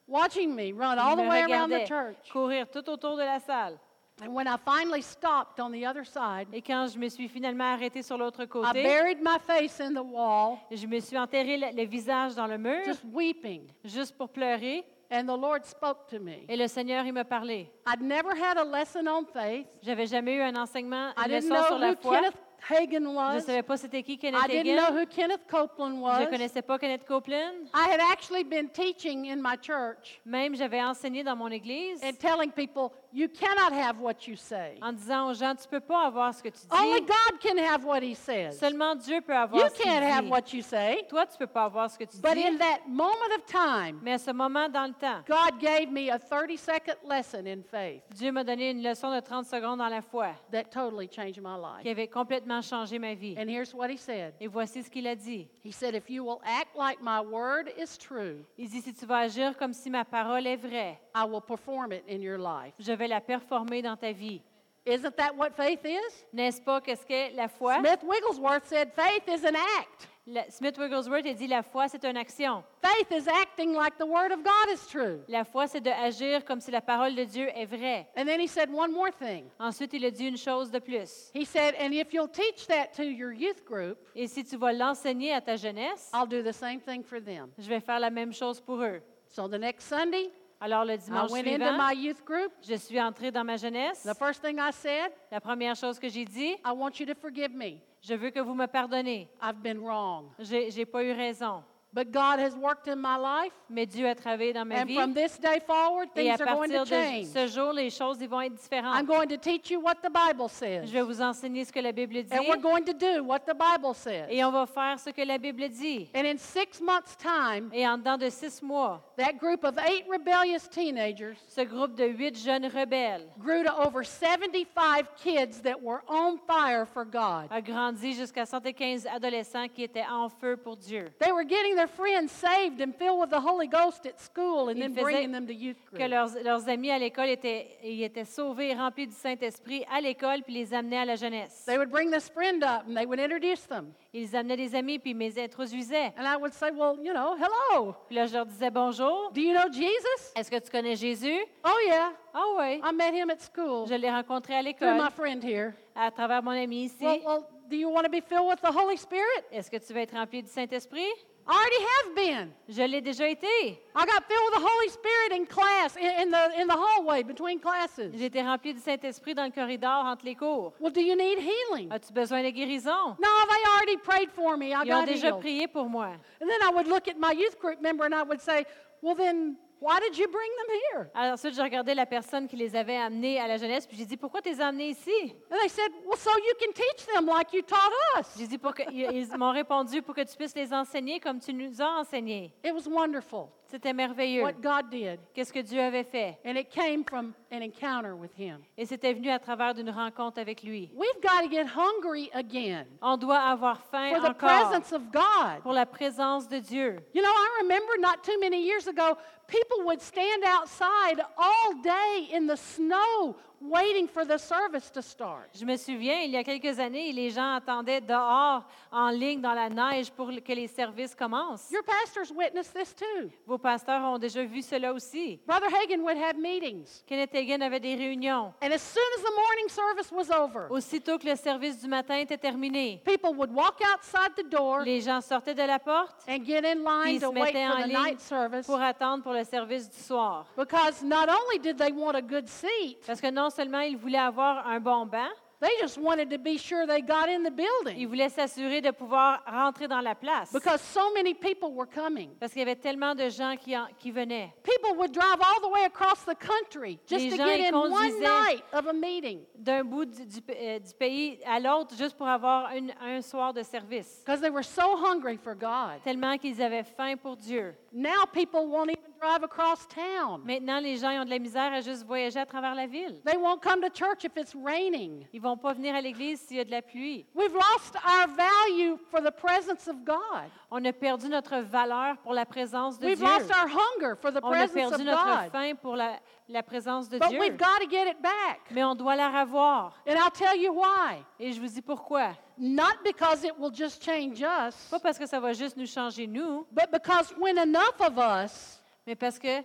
Watching me run Ils all the me way around the regardaient church. courir tout autour de la salle. And when I finally stopped on the other side, Et quand je me suis finalement arrêtée sur l'autre I côté, buried my face in the wall, je me suis enterré le, le visage dans le mur just weeping. juste pour pleurer. And the Lord spoke to me. Et le Seigneur, il m'a parlé. I'd never had a lesson on faith. J'avais jamais eu un enseignement, I une didn't leçon sur know la who foi. Kenneth Hagan Je ne was. savais pas c'était qui Kenneth I didn't know Hagin. who Kenneth Copeland Je was. ne connaissais pas Kenneth Copeland. I had actually been teaching in my church Même j'avais enseigné dans mon église and telling people, you cannot have what you say. en disant aux gens, tu peux pas avoir ce que tu Only dis. God can have what he says. Seulement Dieu peut Oh You avoir ce can't have qu'il dit. what you say. Toi, tu peux pas avoir ce que tu But in dis. that moment of time, Mais à ce moment dans le temps, God gave me a 30 second lesson in faith Dieu m'a donné une leçon de 30 secondes dans la foi that totally changed my life. qui avait complètement changé ma vie. And here's what he said Et voici ce qu'il a dit. He said, If you will act like my word is true, Il dit, si tu vas agir comme si ma parole est vraie, I will perform it in your life. je vais la performer dans ta vie. Isn't that what faith is? N'est-ce pas qu'est-ce que la foi? Smith Wigglesworth said, Faith is an act. La- Smith Wigglesworth a dit, la foi, c'est une action. Faith is acting like the word of God is true. La foi, c'est de agir comme si la parole de Dieu est vraie. And then he said one more thing. Ensuite, il a dit une chose de plus. He said, And if you'll teach that to your youth group, Et si tu vas l'enseigner à ta jeunesse, I'll do the same thing for them. je vais faire la même chose pour eux. So the next Sunday, Alors le I dimanche went into my suivant, youth group. je suis entrée dans ma jeunesse. The first thing I said, La première chose que j'ai dit, I want you to forgive me. je veux que vous me pardonnez. I've been wrong. J'ai j'ai pas eu raison, But God has worked in my life. mais Dieu a travaillé dans ma And vie. from this day forward, Et à things are going partir to de change. ce jour, les choses ils vont être I'm différentes. going to teach you what the Bible says. Je vais vous enseigner ce que la Bible dit And we're going to do what the Bible says. et on va faire ce que la Bible dit. And in six months' time, Et en dedans de six mois, that group of eight rebellious teenagers ce groupe de huit jeunes rebelles grew to over 75 kids that were on fire for God. a grandi jusqu'à 75 adolescents qui étaient en feu pour Dieu. They were getting their friends saved and filled with the Holy Ghost at school and Ils then faisaient bringing them to youth Que group. leurs, leurs amis à l'école étaient, ils étaient sauvés, remplis du Saint-Esprit à l'école, puis les amenaient à la jeunesse. They would bring this friend up and they would introduce them. Ils amenaient des amis, puis ils me les introduisaient. And I would say, Well, you know, hello. Puis là, je leur disais bonjour. Do you know Jesus? Est-ce que tu connais Jésus? Oh, yeah. Ah oui. I met him at school Je l'ai rencontré à through l'école, my friend here. à travers mon ami ici. Well, well, do you want to be filled with the Holy Spirit? Est-ce que tu veux être rempli du Saint-Esprit? I already have been. Je l'ai déjà été. I got filled with the Holy Spirit in class, in, in the in the hallway between classes. J'ai été rempli du Saint-Esprit dans le corridor entre les cours. Well, do you need healing? As-tu besoin de guérison? No, they already prayed for me. I Ils ont got déjà healed. prié pour moi. And then I would look at my youth group member and I would say, Well, then why did you bring them here? Alors, ensuite, je regardais la personne qui les avait amenés à la jeunesse, puis j'ai dit, pourquoi t'es amenés ici? And they said, Well, so you can teach them like you taught us. J'ai dit, pour que, ils ils m'ont répondu, pour que tu puisses les enseigner comme tu nous as enseigné. It was wonderful C'était merveilleux. what God did. Qu'est-ce que Dieu avait fait? And it came from an encounter with Him. Et c'était venu à travers d'une rencontre avec lui. We've got to get hungry again On doit avoir faim for the encore presence of God. pour la présence de Dieu. You know, I remember not too many years ago, people would stand outside all day in the snow waiting for the service to start. Je me souviens, il y a quelques années, les gens attendaient dehors, en ligne, dans la neige, pour que les services commencent. Your pastors witnessed this too. Vos pasteurs ont déjà vu cela aussi. Brother Hagan would have meetings. Kenneth Hagin avait des réunions. And as soon as the morning service was over, Aussitôt que le service du matin était terminé, people would walk outside the door les gens sortaient de la porte and get in et line ils se to wait mettaient for en the ligne night service pour attendre pour le service du soir. because not only did they want a good seat, Parce que non seulement ils voulaient avoir un bon banc, they just wanted to be sure they got in the ils building voulaient s'assurer de pouvoir rentrer dans la place. because so many people were coming. Parce qu'il y avait tellement de gens qui, en- qui venaient. People would drive all the way across the country just Les to gens, get ils in one conduisaient. night of a meeting d'un bout du, du- euh, du pays à l'autre juste pour avoir une- un soir de service. because they were so hungry for God. Tellement qu'ils avaient faim pour Dieu. Now people won't even drive across town. Maintenant, les gens ils ont de la misère à juste voyager à travers la ville. They won't come to church if it's raining. Ils vont pas venir à l'église s'il y a de la pluie. We've lost our value for the presence of God. On a perdu notre valeur pour la présence de We've Dieu. lost our hunger for the On a presence perdu of notre God. faim pour la, la présence de But Dieu. we've got to get it back. Mais on doit la revoir. And I'll tell you why. Et je vous dis pourquoi. Not because it will just change us, Pas parce que ça va juste nous changer, nous, but because when enough of us mais parce que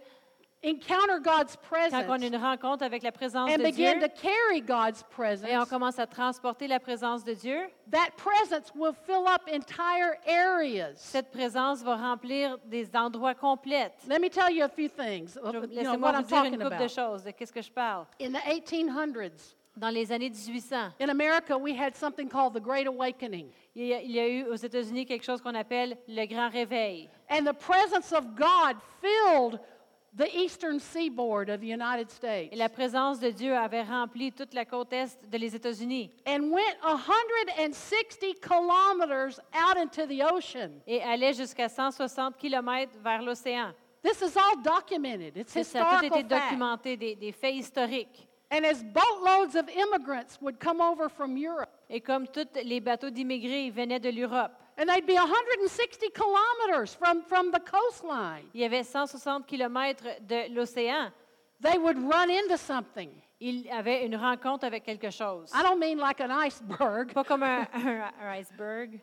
encounter God's quand on a presence, une rencontre avec la présence and de Dieu begin to carry God's presence, et on commence à transporter la présence de Dieu, that presence will fill up entire areas. Cette présence va remplir des endroits complets. Let me tell you a few things, Je- of, you know, Laissez-moi what vous I'm dire une talking couple de about. choses. De qu'est-ce que je parle? In the 1800s, Dans les années 1800, in America, we had something called the Great Awakening. il y a, il y a eu aux États-Unis quelque chose qu'on appelle le Grand Réveil. And the presence of God filled the eastern seaboard of the United States Et la présence de Dieu avait rempli toute la côte est de les États-Unis and went 160 kilometers out into the ocean. et allait jusqu'à 160 km vers l'océan. This is all documented. It's Ça, ça a tout historical été fact. documenté, des, des faits historiques. And as boatloads of immigrants would come over from Europe, Et comme tous les bateaux d'immigrés ils venaient de l'Europe, and they'd be 160 kilometers from, from the coastline, il y avait 160 km de l'océan. they would run into something. Il avait une rencontre avec Ah. quelque chose. I don't mean like an iceberg, *laughs* Pas comme un, un- un iceberg,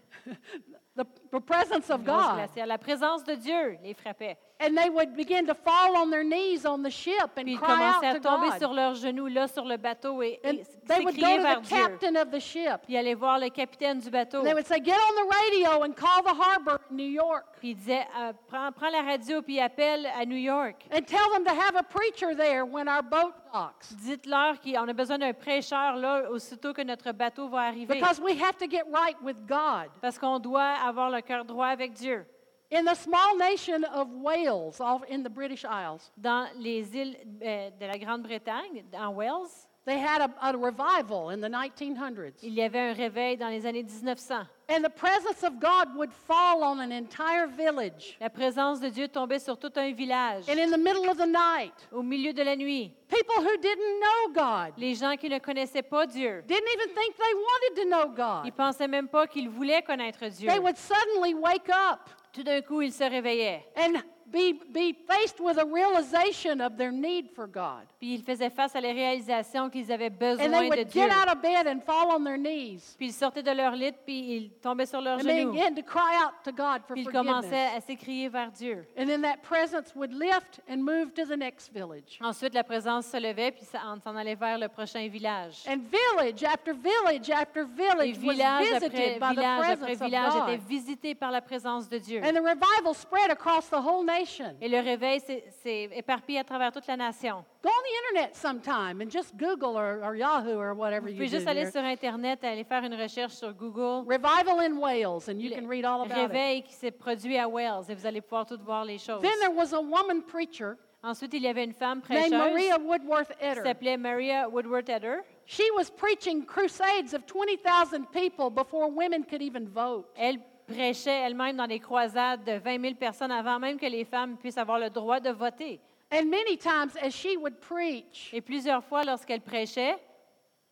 the, the presence of grosse God. glacière. La présence de Dieu les frappait. And they would begin to fall on their knees on the ship Puis and ils cry commençaient out à to tomber God. sur leurs genoux là sur le bateau et, et And they would s'écrier go vers to the Dieu. captain of the ship. Puis ils allaient voir le capitaine du bateau. And they would say, Get on the radio and call the harbor in New York Puis il disait, Ah, prends, prends la radio puis appelle à New York. and tell them to have a preacher there when our boat docks Dites-leur qu'on a besoin d'un prêcheur là aussitôt que notre bateau va arriver. because we have to get right with God. Parce qu'on doit avoir le cœur droit avec Dieu. In the small nation of Wales, off in the British Isles, Dans les îles euh, de la Grande-Bretagne, en Wales, they had a, a revival in the 1900s. il y avait un réveil dans les années 1900. And the presence of God would fall on an entire village. La présence de Dieu tombait sur tout un village. And in the middle of the night, Au milieu de la nuit, people who didn't know God les gens qui ne connaissaient pas Dieu, didn't even think they wanted to know God. ils pensaient même pas qu'ils voulaient connaître Dieu. They would suddenly wake up Tout d'un coup, ils se réveillaient. and be, be faced with a realization of their need for God. Puis ils faisaient face à la réalisation qu'ils avaient besoin And they de would Dieu. get out of bed and fall on their knees Puis ils sortaient de leur lit, puis ils tombaient sur leurs and they genoux. begin to cry out to God for Puis ils forgiveness. commençaient à s'écrier vers Dieu. And then that presence would lift and move to the next village. Ensuite, la présence se levait, puis ça- on s'en allait vers le prochain village. And village after village after Les village was villages après visited by the village après presence of village étaient God. visités par la présence de Dieu. And the revival spread across the whole nation. Et le réveil s'est s'est éparpillé à travers toute la nation. Go on the internet sometime and just Google or, or Yahoo or whatever Vous you pouvez do. juste aller here. sur Internet, aller faire une recherche sur Google. Revival in Wales, and you Le can read all about it. Réveil qui s'est produit à Wales et vous allez pouvoir tout voir les choses. Then there was a woman preacher Ensuite, il y avait une femme named prêcheuse Maria Woodworth qui Eder. s'appelait Maria Woodward Eder. She was preaching crusades of 20,000 people before women could even vote. Elle prêchait elle-même dans des croisades de 20 000 personnes avant même que les femmes puissent avoir le droit de voter. And many times, as she would preach, Et plusieurs fois, lorsqu'elle prêchait,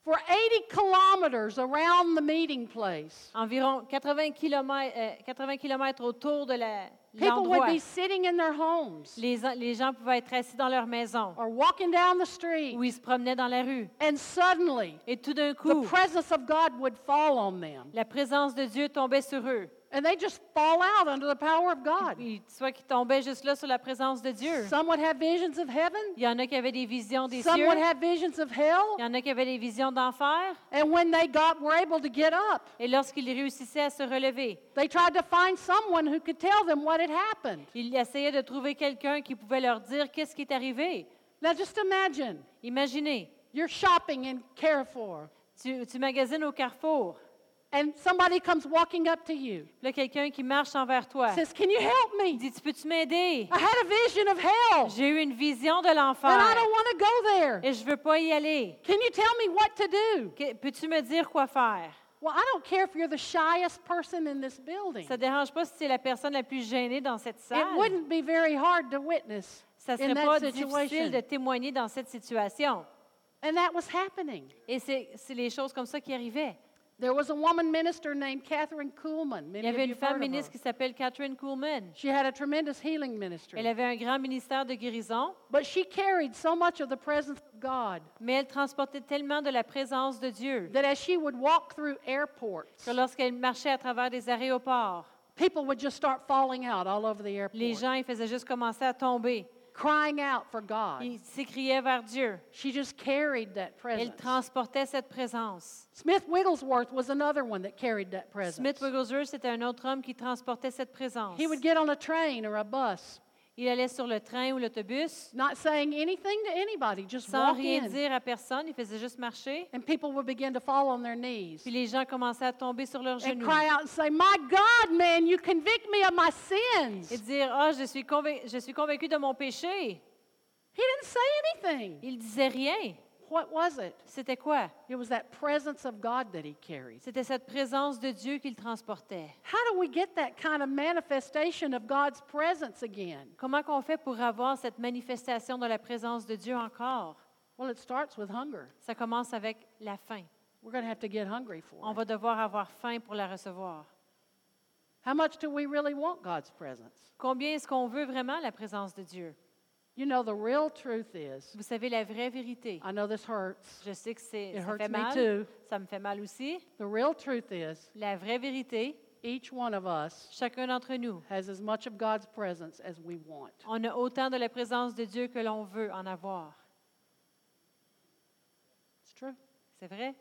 for 80 kilometers around the meeting place, environ 80 km, autour de la- people would l'endroit. be sitting in their homes Les, en- les gens pouvaient être assis dans leur maison or walking down the street, ou ils se promenaient dans la rue. and suddenly Et tout d'un Oh. the coup, presence of God would fall on them. la présence de Dieu tombait sur eux. And they just fall out under the power of God. Ils- soit qu'ils tombaient juste là sur la présence de Dieu. Some would have visions of heaven, Il y en a qui avaient des visions des some cieux. would have visions of hell, Il y en a qui avaient des visions d'enfer. and when they got were able to get up, Et lorsqu'ils réussissaient à se relever, they tried to find someone who could tell them what had happened. ils essayaient de trouver quelqu'un qui pouvait leur dire qu'est-ce qui est arrivé. Now just imagine Imaginez, you're shopping in Carrefour tu, tu magasines au carrefour. and somebody comes walking up to you. Puis Là, quelqu'un qui marche envers toi. Says, "Can you help Il me? dit, tu peux-tu m'aider? I had a vision of hell J'ai eu une vision de and I l'enfer don't want to go there. et je veux pas y aller. Can you tell me what to do?" Que- Peux-tu me dire quoi faire? Well, I don't care if you're the shyest person in this building. Ça dérange pas si c'est la personne la plus gênée dans cette It salle. wouldn't be very hard to witness Ça serait in pas that difficile de situation. témoigner dans cette situation. And that was happening. Et c'est c'est les choses comme ça qui arrivaient. There was a woman minister named Catherine Kuhlman. Il Many y of avait you une have heard femme of her. ministre qui s'appelle Catherine Kuhlman. She had a tremendous healing ministry. Elle avait un grand ministère de guérison, But she carried so much of the presence of God mais elle transportait tellement de la présence de Dieu that as she would walk through airports, que lorsqu'elle marchait à travers des aéroports, people would just start falling out all over the airport, les gens ils faisaient juste commencer à tomber. crying out for God. Ils s'écriaient vers Dieu. She just carried that presence. Elle transportait cette présence. Smith Wigglesworth was another one that carried that presence. Smith Wigglesworth, c'était un autre homme qui transportait cette présence. he would get on a train or a bus, Il allait sur le train ou l'autobus not saying anything to anybody, just sans walk rien in, dire à personne. Il faisait juste marcher. and people would begin to fall on their knees. Puis les gens commençaient à tomber sur leurs and genoux cry out and say, My God, man, you convict me of my sins. et dire Ah, je suis, convain- je suis convaincu de mon péché. He didn't say anything. Il disait rien. What was it? C'était quoi? It was that presence of God that he carries. C'était cette présence de Dieu qu'il transportait. How do we get that kind of manifestation of God's presence again? Comment qu'on fait pour avoir cette manifestation de la présence de Dieu encore? Well, it starts with hunger. Ça commence avec la faim. We're going to have to get hungry On for it. va devoir avoir faim pour la recevoir. How much do we really want God's presence? Combien est-ce qu'on veut vraiment la présence de Dieu? You know, the real truth is, Vous savez la vraie vérité. I know this hurts. Je sais que c'est, It ça fait hurts mal. me too. Ça me fait mal aussi. The real truth is, La vraie vérité, each one of us Chacun d'entre nous, has as much of God's presence as we want. on a autant de la présence de Dieu que l'on veut en avoir. It's true. C'est vrai?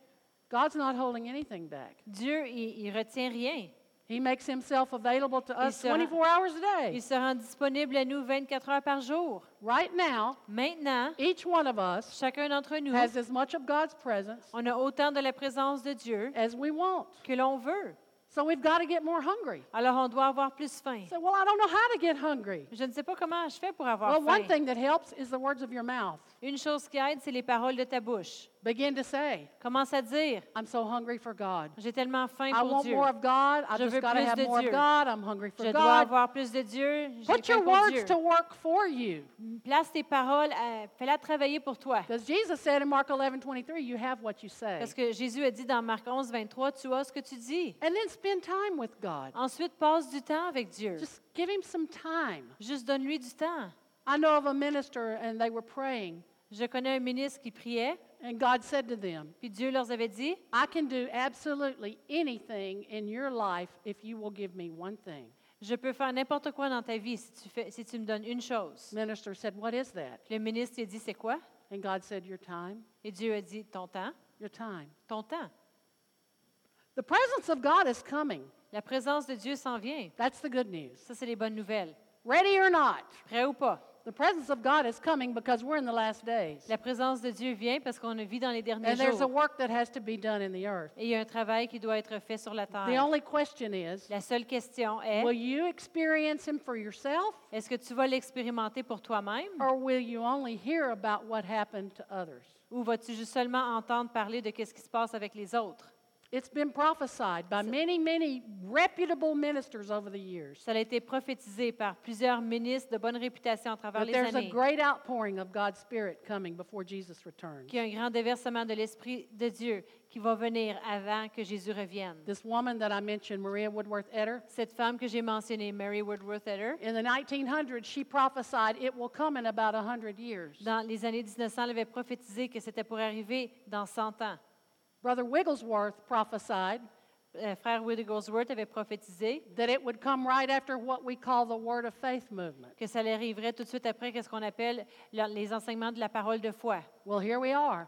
God's not holding anything back. Dieu, il, il retient rien. He makes himself available to us sera- 24 hours a Il day. se rend disponible à nous 24 heures par jour. Right now, Maintenant, each one of us chacun d'entre nous, has as much of God's presence on a autant de la présence de Dieu as we want. que l'on veut. So we've got to get more hungry. Alors, on doit avoir plus faim. So, well, I don't know how to get hungry. Je ne sais pas comment je fais pour avoir Well, one faim. thing that helps is the words of your mouth. Une chose qui aide, c'est les paroles de ta bouche. Begin to say, Commence à dire, I'm so hungry for God. j'ai tellement faim I pour want Dieu. more of God. I Je just veux got to plus have de more Dieu. of God. I'm hungry Je for dois God. avoir plus de Dieu. J'ai Put faim your pour words Dieu. to work for you. Place tes paroles, à- fais-la travailler pour toi. Because Jesus said in Mark 11, 23, you have what you say. Parce que Jésus a dit dans Marc 11, 23, tu as ce que tu dis. And then spend time with God. Ensuite, passe du temps avec Dieu. Just give him some time. Juste donne-lui du temps. I know of a minister, and they were praying, Je connais un ministre qui priait, and God said to them, puis Dieu leur avait dit, I can do absolutely anything in your life if you will give me one thing. je peux faire n'importe quoi dans ta vie si tu, fais, si tu me donnes une chose. Minister said, What is that? Le ministre lui a dit, c'est quoi? And God said, Your time, Et Dieu a dit, ton temps, your time. ton temps. The presence of God is coming. La présence de Dieu s'en vient. That's the good news. Ça, c'est les bonnes nouvelles. Ready or not, Prêt ou pas? the presence of God is coming because we're in the last days. La présence de Dieu vient parce qu'on vit dans les derniers And there's a jours. work that has to be done in the earth. Et il y a un travail qui doit être fait sur la The terre. only question is La seule question est, will you experience Him for yourself est-ce que tu vas l'expérimenter pour toi-même or will you only hear about what happened to others? ou vas-tu juste seulement entendre parler de ce qui se passe avec les autres? It's been prophesied by many, many reputable ministers over the years Ça a été prophétisé par plusieurs ministres de bonne réputation à travers that les there's a années great outpouring of God's Spirit coming before Jesus returns. qu'il y a un grand déversement de l'Esprit de Dieu qui va venir avant que Jésus revienne. This woman that I mentioned, Maria Woodworth Eder, Cette femme que j'ai mentionnée, Mary Woodworth Eder, in the 1900s, she prophesied it will come in about 100 years. dans les années 1900, elle avait prophétisé que c'était pour arriver dans 100 ans. Brother Wigglesworth prophesied Euh, frère Willigorsworth avait prophétisé that it would come right after what we call the Word of Faith movement. que ça leur arriverait tout de suite après qu'est-ce qu'on appelle le- les enseignements de la parole de foi. Well, here we are.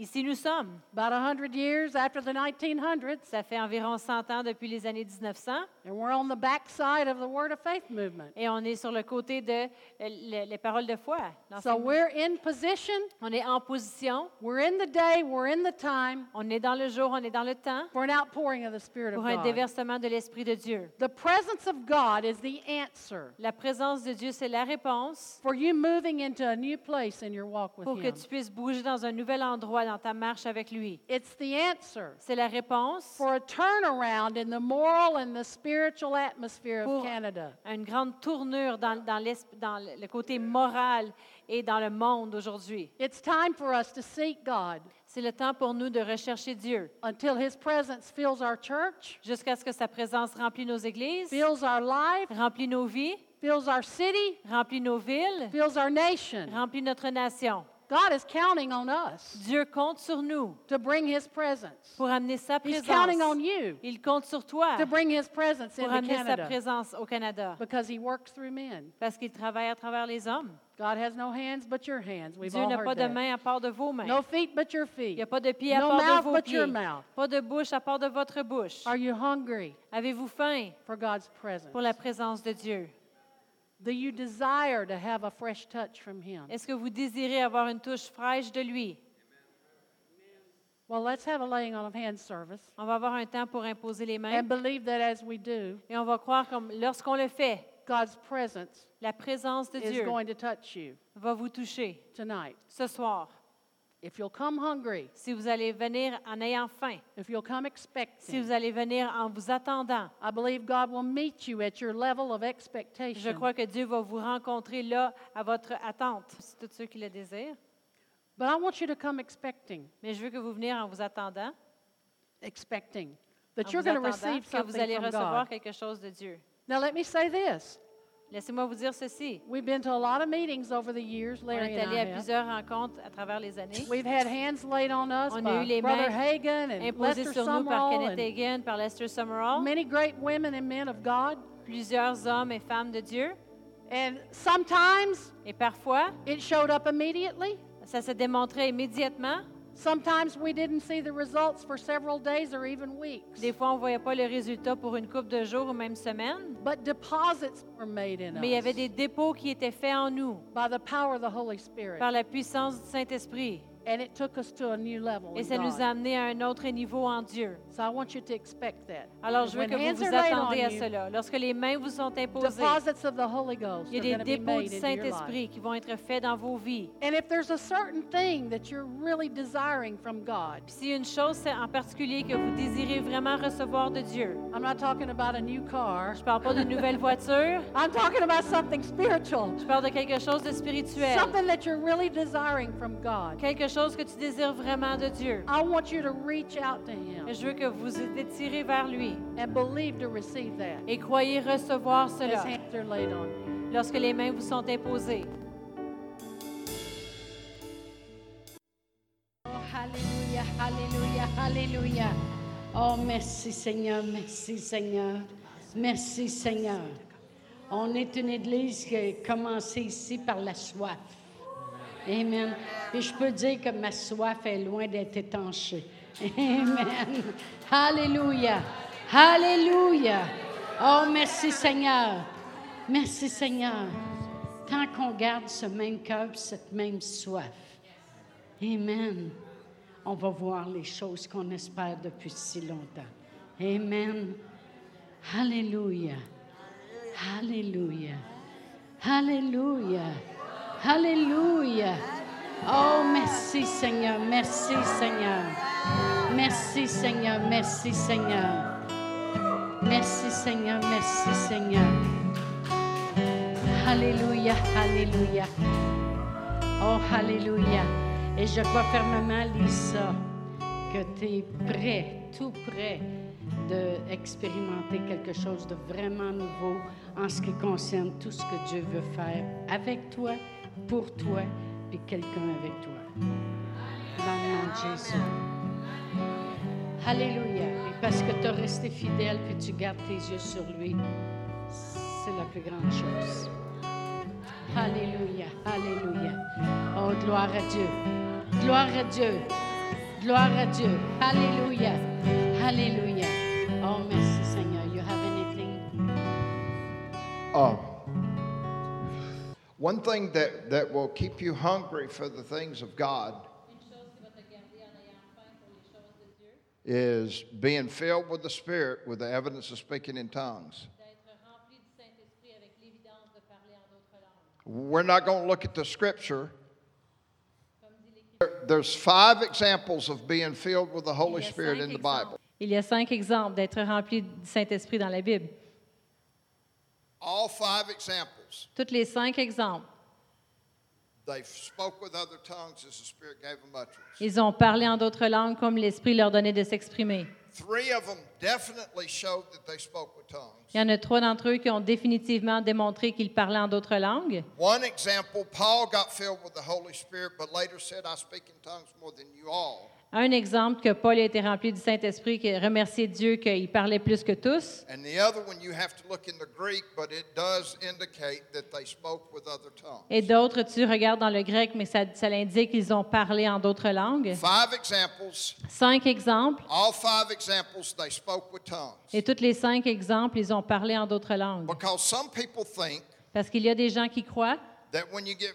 Ici nous sommes. About 100 years after the 1900s, Ça fait environ 100 ans depuis les années 1900 and we're on the backside of the Word of Faith movement. et on est sur le côté de euh, le- les paroles de foi. So l'enseignement. we're in position, On est en position, we're in the day, we're in the time on est dans le jour, on est dans le temps for an outpouring of the Spirit of pour un God. déversement de l'Esprit de Dieu. The presence of God is the answer La présence de Dieu, c'est la réponse for you moving into a new place in your walk with pour que Him. tu puisses bouger dans un nouvel endroit dans ta marche avec lui. It's the answer C'est la réponse for a turnaround in the moral and the spiritual atmosphere of Pour- Canada. une grande tournure dans, dans l'esp- dans le côté moral et dans le monde aujourd'hui. It's time for us to seek God C'est le temps pour nous de rechercher Dieu until His presence fills our church, jusqu'à ce que sa présence remplit nos églises, fills our life, remplit nos vies, fills our city, remplit nos villes, fills our nation. remplit notre nation. God is counting on us Dieu compte sur nous to bring His presence. pour amener sa He's counting on présence. you Il compte sur toi to bring His presence pour into amener sa Canada présence au Canada because He works through men. parce qu'il travaille à travers les hommes. God has no hands but your hands. We've Dieu all n'a heard pas de that. main à part de vos No mains. feet but your Il n'y feet. a pas de pied à No part de mouth vos but your pieds. mouth. Pas de bouche à part de votre bouche. Are you hungry Avez-vous faim? for God's presence? pour la présence de Dieu? Do you desire to have a fresh touch from Him? Est-ce que vous désirez avoir une touche fraîche de lui? Well, let's have a laying on of hands service On va avoir un temps pour imposer les mains and believe that as we do, et on va croire comme lorsqu'on le fait, God's presence la présence de is Dieu going to touch you va vous toucher tonight. ce soir. If you'll come hungry, Si vous allez venir en ayant faim, if you'll come si expecting, vous allez venir en vous attendant, I believe God will meet you at your level of je expectation. crois que Dieu va vous rencontrer là à votre attente. C'est tous ceux qui le désirent. But I want you to come expecting, Mais je veux que vous veniez en vous attendant, expecting en that Ah, vous you're going to attendant receive que vous allez something from recevoir God. quelque chose de Dieu. Now, let me say this Laissez-moi vous dire ceci. We've been to a lot of meetings over the years, On Larry est and allé I à have. plusieurs rencontres à travers les années, We've had hands laid on us On a by eu les Brother mains Hagan and imposées Lester sur nous par Summerall Kenneth and Hagin, par Lester Summerall, many great women and men of God. plusieurs hommes et femmes de Dieu. And sometimes Et parfois, it showed up immediately. ça s'est démontré immédiatement. Sometimes we didn't see the results for several days or even weeks. Des fois, on ne voyait pas le résultat pour une couple de jours ou même semaine, But deposits were made in mais il y avait us des dépôts qui étaient faits en nous by the power of the Holy Spirit. par la puissance du Saint-Esprit. And it took us to a new level. Et in ça nous a God. amenés à un autre niveau en Dieu. So I want you to expect that. Alors, je veux When que vous hands vous are laid attendez à on you, cela. Lorsque les mains vous sont imposées, deposits of the Holy Ghost il y are going to be a des dépôts du made into your life. Saint-Esprit qui vont être faits dans vos vies. And if there's a certain thing that you're really desiring from God, Puis s'il y a une chose en particulier que vous désirez vraiment recevoir de Dieu, I'm not talking about a new car. je parle pas *laughs* d'une nouvelle voiture, I'm talking about something spiritual. je parle de quelque chose de spirituel, Something that you're really desiring from God. quelque chose que tu désires vraiment de Dieu. I want you to reach out to Him Je veux que vous vous étirez vers lui and believe to receive that et croyez recevoir as cela hands are laid on you. lorsque les mains vous sont imposées. Oh, Alléluia, Alléluia, Alléluia. Oh, merci Seigneur, merci Seigneur, merci Seigneur. On est une église qui a commencé ici par la soif. Amen. Et je peux dire que ma soif est loin d'être étanchée. Amen. Alléluia, Alléluia. Oh, merci Seigneur, merci Seigneur. Tant qu'on garde ce même cœur, cette même soif. Amen. On va voir les choses qu'on espère depuis si longtemps. Amen. Alléluia. Alléluia. Alléluia. Alléluia. Oh, merci Seigneur. Merci Seigneur. Merci Seigneur. Merci Seigneur. Merci Seigneur. Merci Seigneur. Alléluia. Alléluia. Oh, Alléluia. Et je crois fermement, Lisa, que tu es prêt, tout prêt, d'expérimenter quelque chose de vraiment nouveau en ce qui concerne tout ce que Dieu veut faire avec toi, pour toi, puis quelqu'un avec toi. Dans le nom de Jésus. Alléluia. Et parce que tu es resté fidèle, puis tu gardes tes yeux sur lui, c'est la plus grande chose. Alléluia, Alléluia. Oh, gloire à Dieu. Gloire à Dieu. Gloire à Dieu. Alléluia. Alléluia. Oh, merci Seigneur. You have anything? Um, one thing that, that will keep you hungry for the things of God is being filled with the Spirit with the evidence of speaking in tongues. We're not going to look at the scripture. There- There's five examples of being filled with the Holy Spirit in the Bible. Il y a cinq exemples d'être rempli du Saint-Esprit dans la Bible. All five examples. Toutes les cinq exemples. They spoke with other tongues as the Spirit gave them utterance. Ils ont parlé en d'autres langues comme l'Esprit leur donnait de s'exprimer. Three of them definitely showed that they spoke with tongues. Il y en a trois d'entre eux qui ont définitivement démontré qu'ils parlaient en d'autres langues. One example, Paul got filled with the Holy Spirit, but later said, I speak in tongues more than you all. Un exemple que Paul a été rempli du Saint-Esprit, qui a remercié Dieu qu'il parlait plus que tous. And the other one, you have to look in the Greek, but it does indicate that they spoke with other tongues. Et d'autres, tu regardes dans le grec, mais ça, ça l'indique qu'ils ont parlé en d'autres langues. Five examples, Cinq exemples, all five examples, they spoke with tongues. et toutes les cinq exemples, ils ont parlé en d'autres langues. Because some people think Parce qu'il y a des gens qui croient that when you get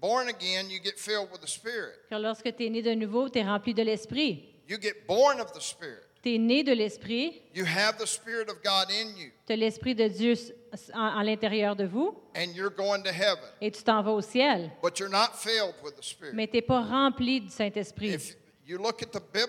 born again, you get filled with the Spirit. que lorsque tu es né de nouveau, tu es rempli de l'Esprit. You get born of the Spirit. Tu es né de l'Esprit, You have the Spirit of God in you, tu as l'Esprit de Dieu s- en- à l'intérieur de vous, and you're going to heaven. et tu t'en vas au ciel. But you're not filled with the Spirit. Mais tu n'es pas rempli du Saint-Esprit. If you look at the bib-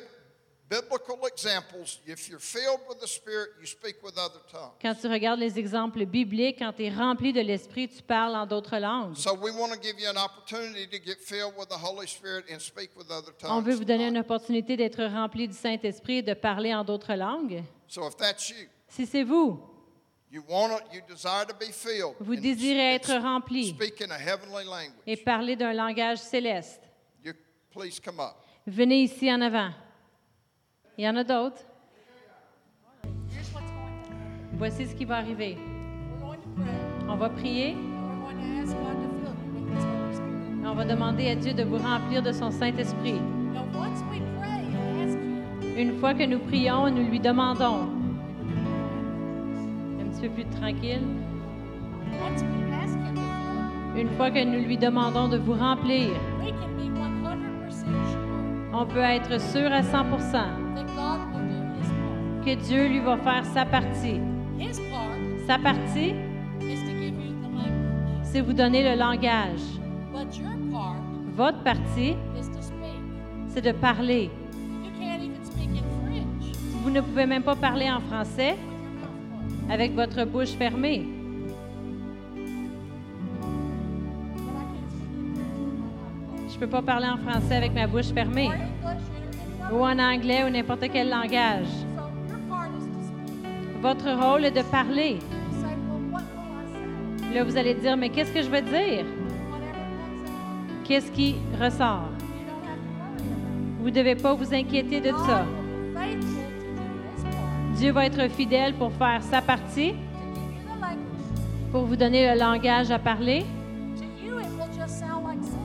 biblical examples, if you're filled with the Spirit, you speak with other tongues. Quand tu regardes les exemples bibliques, quand tu es rempli de l'Esprit, tu parles en d'autres langues. So we want to give you an opportunity to get filled with the Holy Spirit and speak with other On tongues. veut vous donner une opportunité d'être rempli du Saint-Esprit et de parler en d'autres langues. So if that's you, Si c'est vous, You want it, you desire to be filled. Vous and it's- désirez it's être rempli Speak in a heavenly language. et parler d'un langage céleste. You please come up. Venez ici en avant. Il y en a d'autres. Here's what's going on. Voici ce qui va arriver. We're going to pray. On va prier We're going to ask God to fill you with His Holy Spirit. et on va demander à Dieu de vous remplir de son Saint-Esprit. Now, once we pray and ask Him, Une fois que nous prions, nous lui demandons. Un petit peu plus tranquille. once we ask Him to Une fois que nous lui demandons de vous remplir, fill you, we can be 100% sure on peut être sûr à 100% that God will do His part. que Dieu lui va faire sa partie. His part Sa partie, is to give you the language, c'est vous donner le langage. but your part Votre partie, is to speak. c'est de parler. You can't even speak in French Vous ne pouvez même pas parler en français with your mouth closed. avec votre bouche fermée. But I can't speak in French with my mouth Je ne peux pas parler en français avec ma bouche fermée. closed. Or English or any Ou other. en anglais ou n'importe quel langage. So your part is to speak. Votre rôle est de parler. You say, well, what will I say? Là, vous allez dire, mais qu'est-ce que je veux dire? Whatever comes out, Qu'est-ce qui ressort? you don't have to worry about Vous ne devez pas vous inquiéter it. de ça. God will be faithful to do His part, Dieu va être fidèle pour faire sa partie, to give you the language to speak. pour vous donner le langage à parler. To you, it will just sound like singing.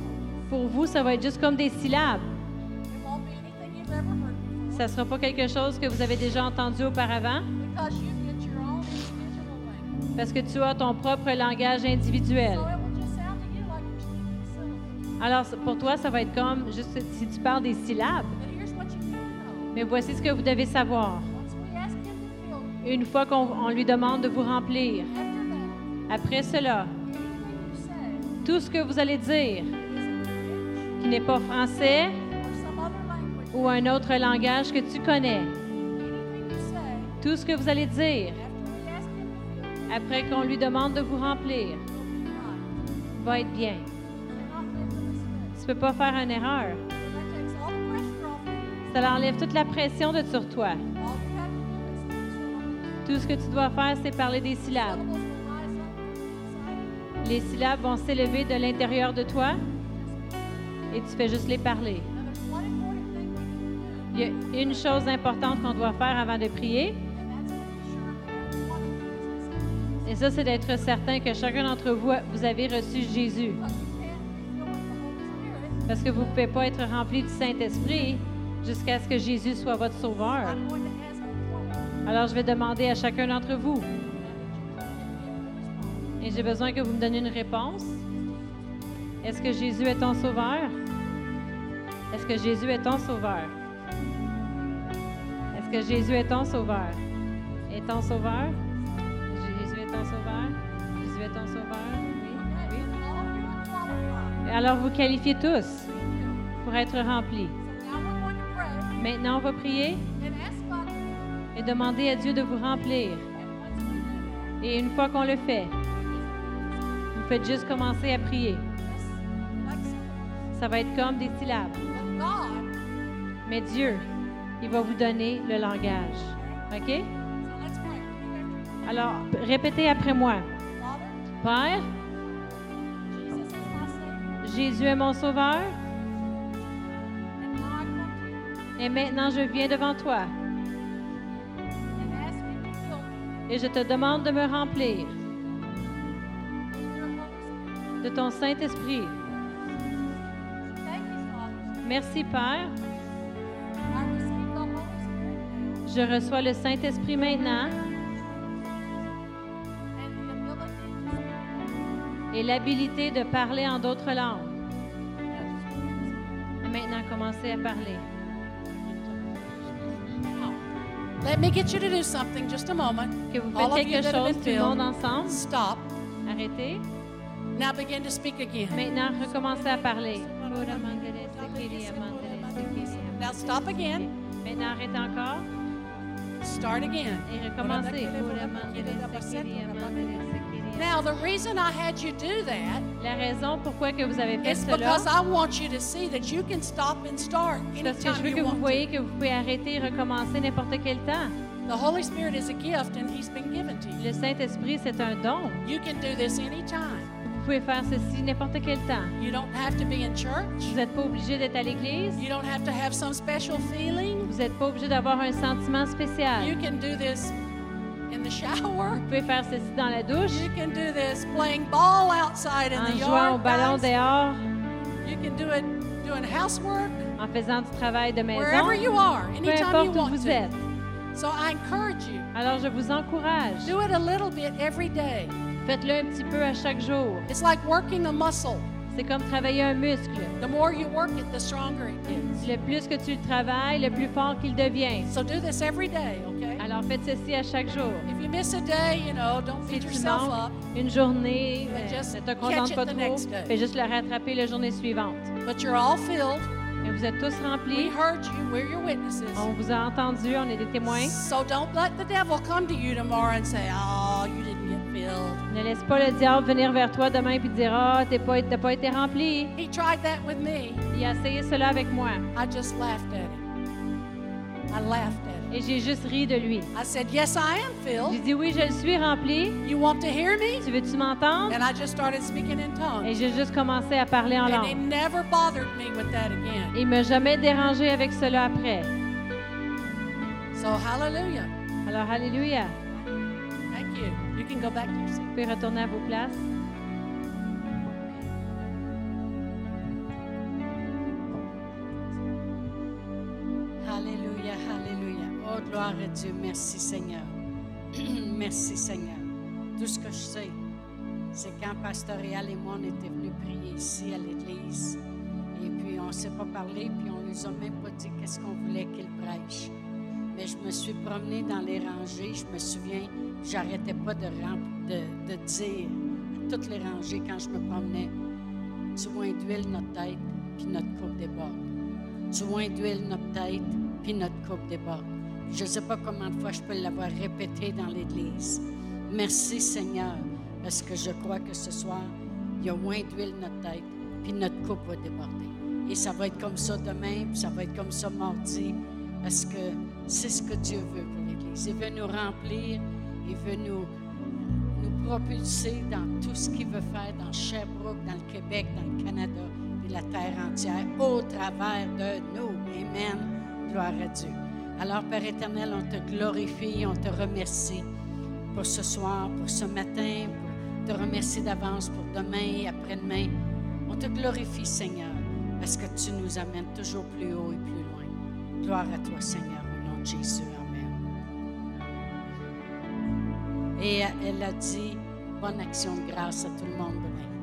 Pour vous, ça va être juste comme des syllabes. It won't be anything you've ever heard before. Ça ne sera pas quelque chose que vous avez déjà entendu auparavant, Because you get your own individual language. parce que tu as ton propre langage individuel. So it will just sound to you like you're speaking syllables. Alors, c- pour toi, ça va être comme juste si tu parles des syllabes. But here's what you can Mais voici ce que vous devez savoir. know. Once we ask Him to fill you, Une fois qu'on on lui demande de vous remplir, after that, après cela, anything you say tout ce que vous allez dire is in qui n'est pas français French or some other language. ou un autre langage que tu connais, Anything you say tout ce que vous allez dire after we ask Him to fill you, après qu'on lui demande de vous remplir will be right. va être bien. You're not making mistakes. Tu peux pas faire une erreur. So that takes all the pressure off you. Ça enlève toute la pression de sur toi. All you have to do Tout is speak syllables. ce que tu dois faire, c'est parler des syllabes. Syllables will rise up from inside you. Les syllabes vont s'élever de l'intérieur de toi et tu fais juste les parler. Now, there's one Il y important thing we need to do. a une chose importante qu'on doit faire avant de prier, et ça, c'est d'être certain que chacun d'entre vous, vous avez reçu Jésus. Parce que vous ne pouvez pas être rempli du Saint-Esprit jusqu'à ce que Jésus soit votre sauveur. Alors, je vais demander à chacun d'entre vous, et j'ai besoin que vous me donniez une réponse. Est-ce que Jésus est ton sauveur? Est-ce que Jésus est ton sauveur? Est-ce que Jésus est ton sauveur? Est ton sauveur? Jésus est ton sauveur? Jésus est ton sauveur? Oui, oui. Et Alors vous qualifiez tous pour être remplis. Maintenant, on va prier et demander à Dieu de vous remplir. Et une fois qu'on le fait, vous faites juste commencer à prier. Ça va être comme des syllabes. Mais Dieu, il va vous donner le langage. OK? Alors, répétez après moi. Père, Jésus est mon sauveur et maintenant je viens devant toi et je te demande de me remplir de ton Saint-Esprit. Merci Père, je reçois le Saint-Esprit maintenant et l'habilité de parler en d'autres langues. Et maintenant, commencez à parler. Let me get you to do something just a moment. Que vous faites All of you quelque that chose have tout been le monde filled, ensemble. stop. Arrêtez. Now begin to speak again. Maintenant, recommencez à parler. Now stop again. Maintenant, arrêtez encore Start again. et recommencez. Now, the reason I had you do that La raison pourquoi que vous avez fait is cela, because I want you to see that you can stop and start c'est parce que je anytime veux que you vous want to. voyez que vous pouvez arrêter et recommencer n'importe quel temps. The Holy Spirit is a gift and He's been given to you. Le Saint-Esprit, c'est un don. You can do this anytime. Vous pouvez faire ceci n'importe quel temps. You don't have to be in church. Vous n'êtes pas obligé d'être à l'église. You don't have to have some special feeling. Vous n'êtes pas obligé d'avoir un sentiment You spécial. can do this in the shower. Vous pouvez faire ceci dans la douche, You can do this playing ball outside in en the jouant au yard. ballon guys. dehors, You can do it doing housework en faisant du travail de wherever maison, you are, peu anytime you importe où want vous êtes. to. So I encourage you, Alors, je vous encourage. do it a little bit every day. Faites-le un petit peu à chaque jour. It's like working a muscle. C'est comme travailler un muscle. The more you work it, the stronger it gets. Le plus que tu le travailles, le plus fort qu'il devient. So do this every day, okay? Alors, faites ceci à chaque jour. If you miss a day, you know, don't Si beat tu yourself up, manques une journée, But euh, just ne te catch contente it pas the trop, next day. fais juste le rattraper la journée suivante. but you're all filled. Et vous êtes tous We remplis. heard you. We're your witnesses. On vous a entendu, on est des témoins. So don't let the devil come to you tomorrow and say, oh, you didn't get filled. Ne laisse pas le diable venir vers toi demain et dire Ah, t'es pas- t'as pas été rempli. He tried that with me. Il a essayé cela avec moi. I just laughed at it. I laughed at it. Et j'ai juste ri de lui. I said, Yes, I am J'ai filled. dit Oui, je le suis rempli. You want to hear me? Tu veux-tu m'entendre? And I just started speaking in Et tongues. j'ai juste commencé à parler en And it langue. never bothered me with that again. Il m'a jamais dérangé avec cela après. So, hallelujah. Alors, Alléluia. Thank you. You can go back to your seat. Vous pouvez retourner à vos places. Alléluia, Alléluia. Oh, gloire à Dieu. Merci, Seigneur. *clears throat* Merci, Seigneur. Tout ce que je sais, c'est quand Pastoral et moi, on était venus prier ici à l'église. Et puis, on ne s'est pas parlé, puis on ne nous a même pas dit qu'est-ce qu'on voulait qu'il prêche. Mais je me suis promenée dans les rangées. Je me souviens, j'arrêtais pas de, ram- de, de dire à toutes les rangées quand je me promenais Tu vois, d'huile notre tête, puis notre coupe déborde du moins d'huile notre tête, puis notre coupe déborde. Je ne sais pas combien de fois je peux l'avoir répété dans l'Église. Merci Seigneur, parce que je crois que ce soir, il y a moins d'huile notre tête, puis notre coupe va déborder. Et ça va être comme ça demain, puis ça va être comme ça mardi, parce que c'est ce que Dieu veut pour l'Église. Il veut nous remplir, il veut nous nous propulser dans tout ce qu'il veut faire dans Sherbrooke, dans le Québec, dans le Canada et la terre entière au travers de nous. Amen. Gloire à Dieu. Alors, Père éternel, on te glorifie, on te remercie pour ce soir, pour ce matin, pour te remercie d'avance pour demain et après-demain. On te glorifie, Seigneur, parce que tu nous amènes toujours plus haut et plus loin. Gloire à toi, Seigneur, au nom de Jésus. Amen. Et elle a dit bonne action de grâce à tout le monde demain.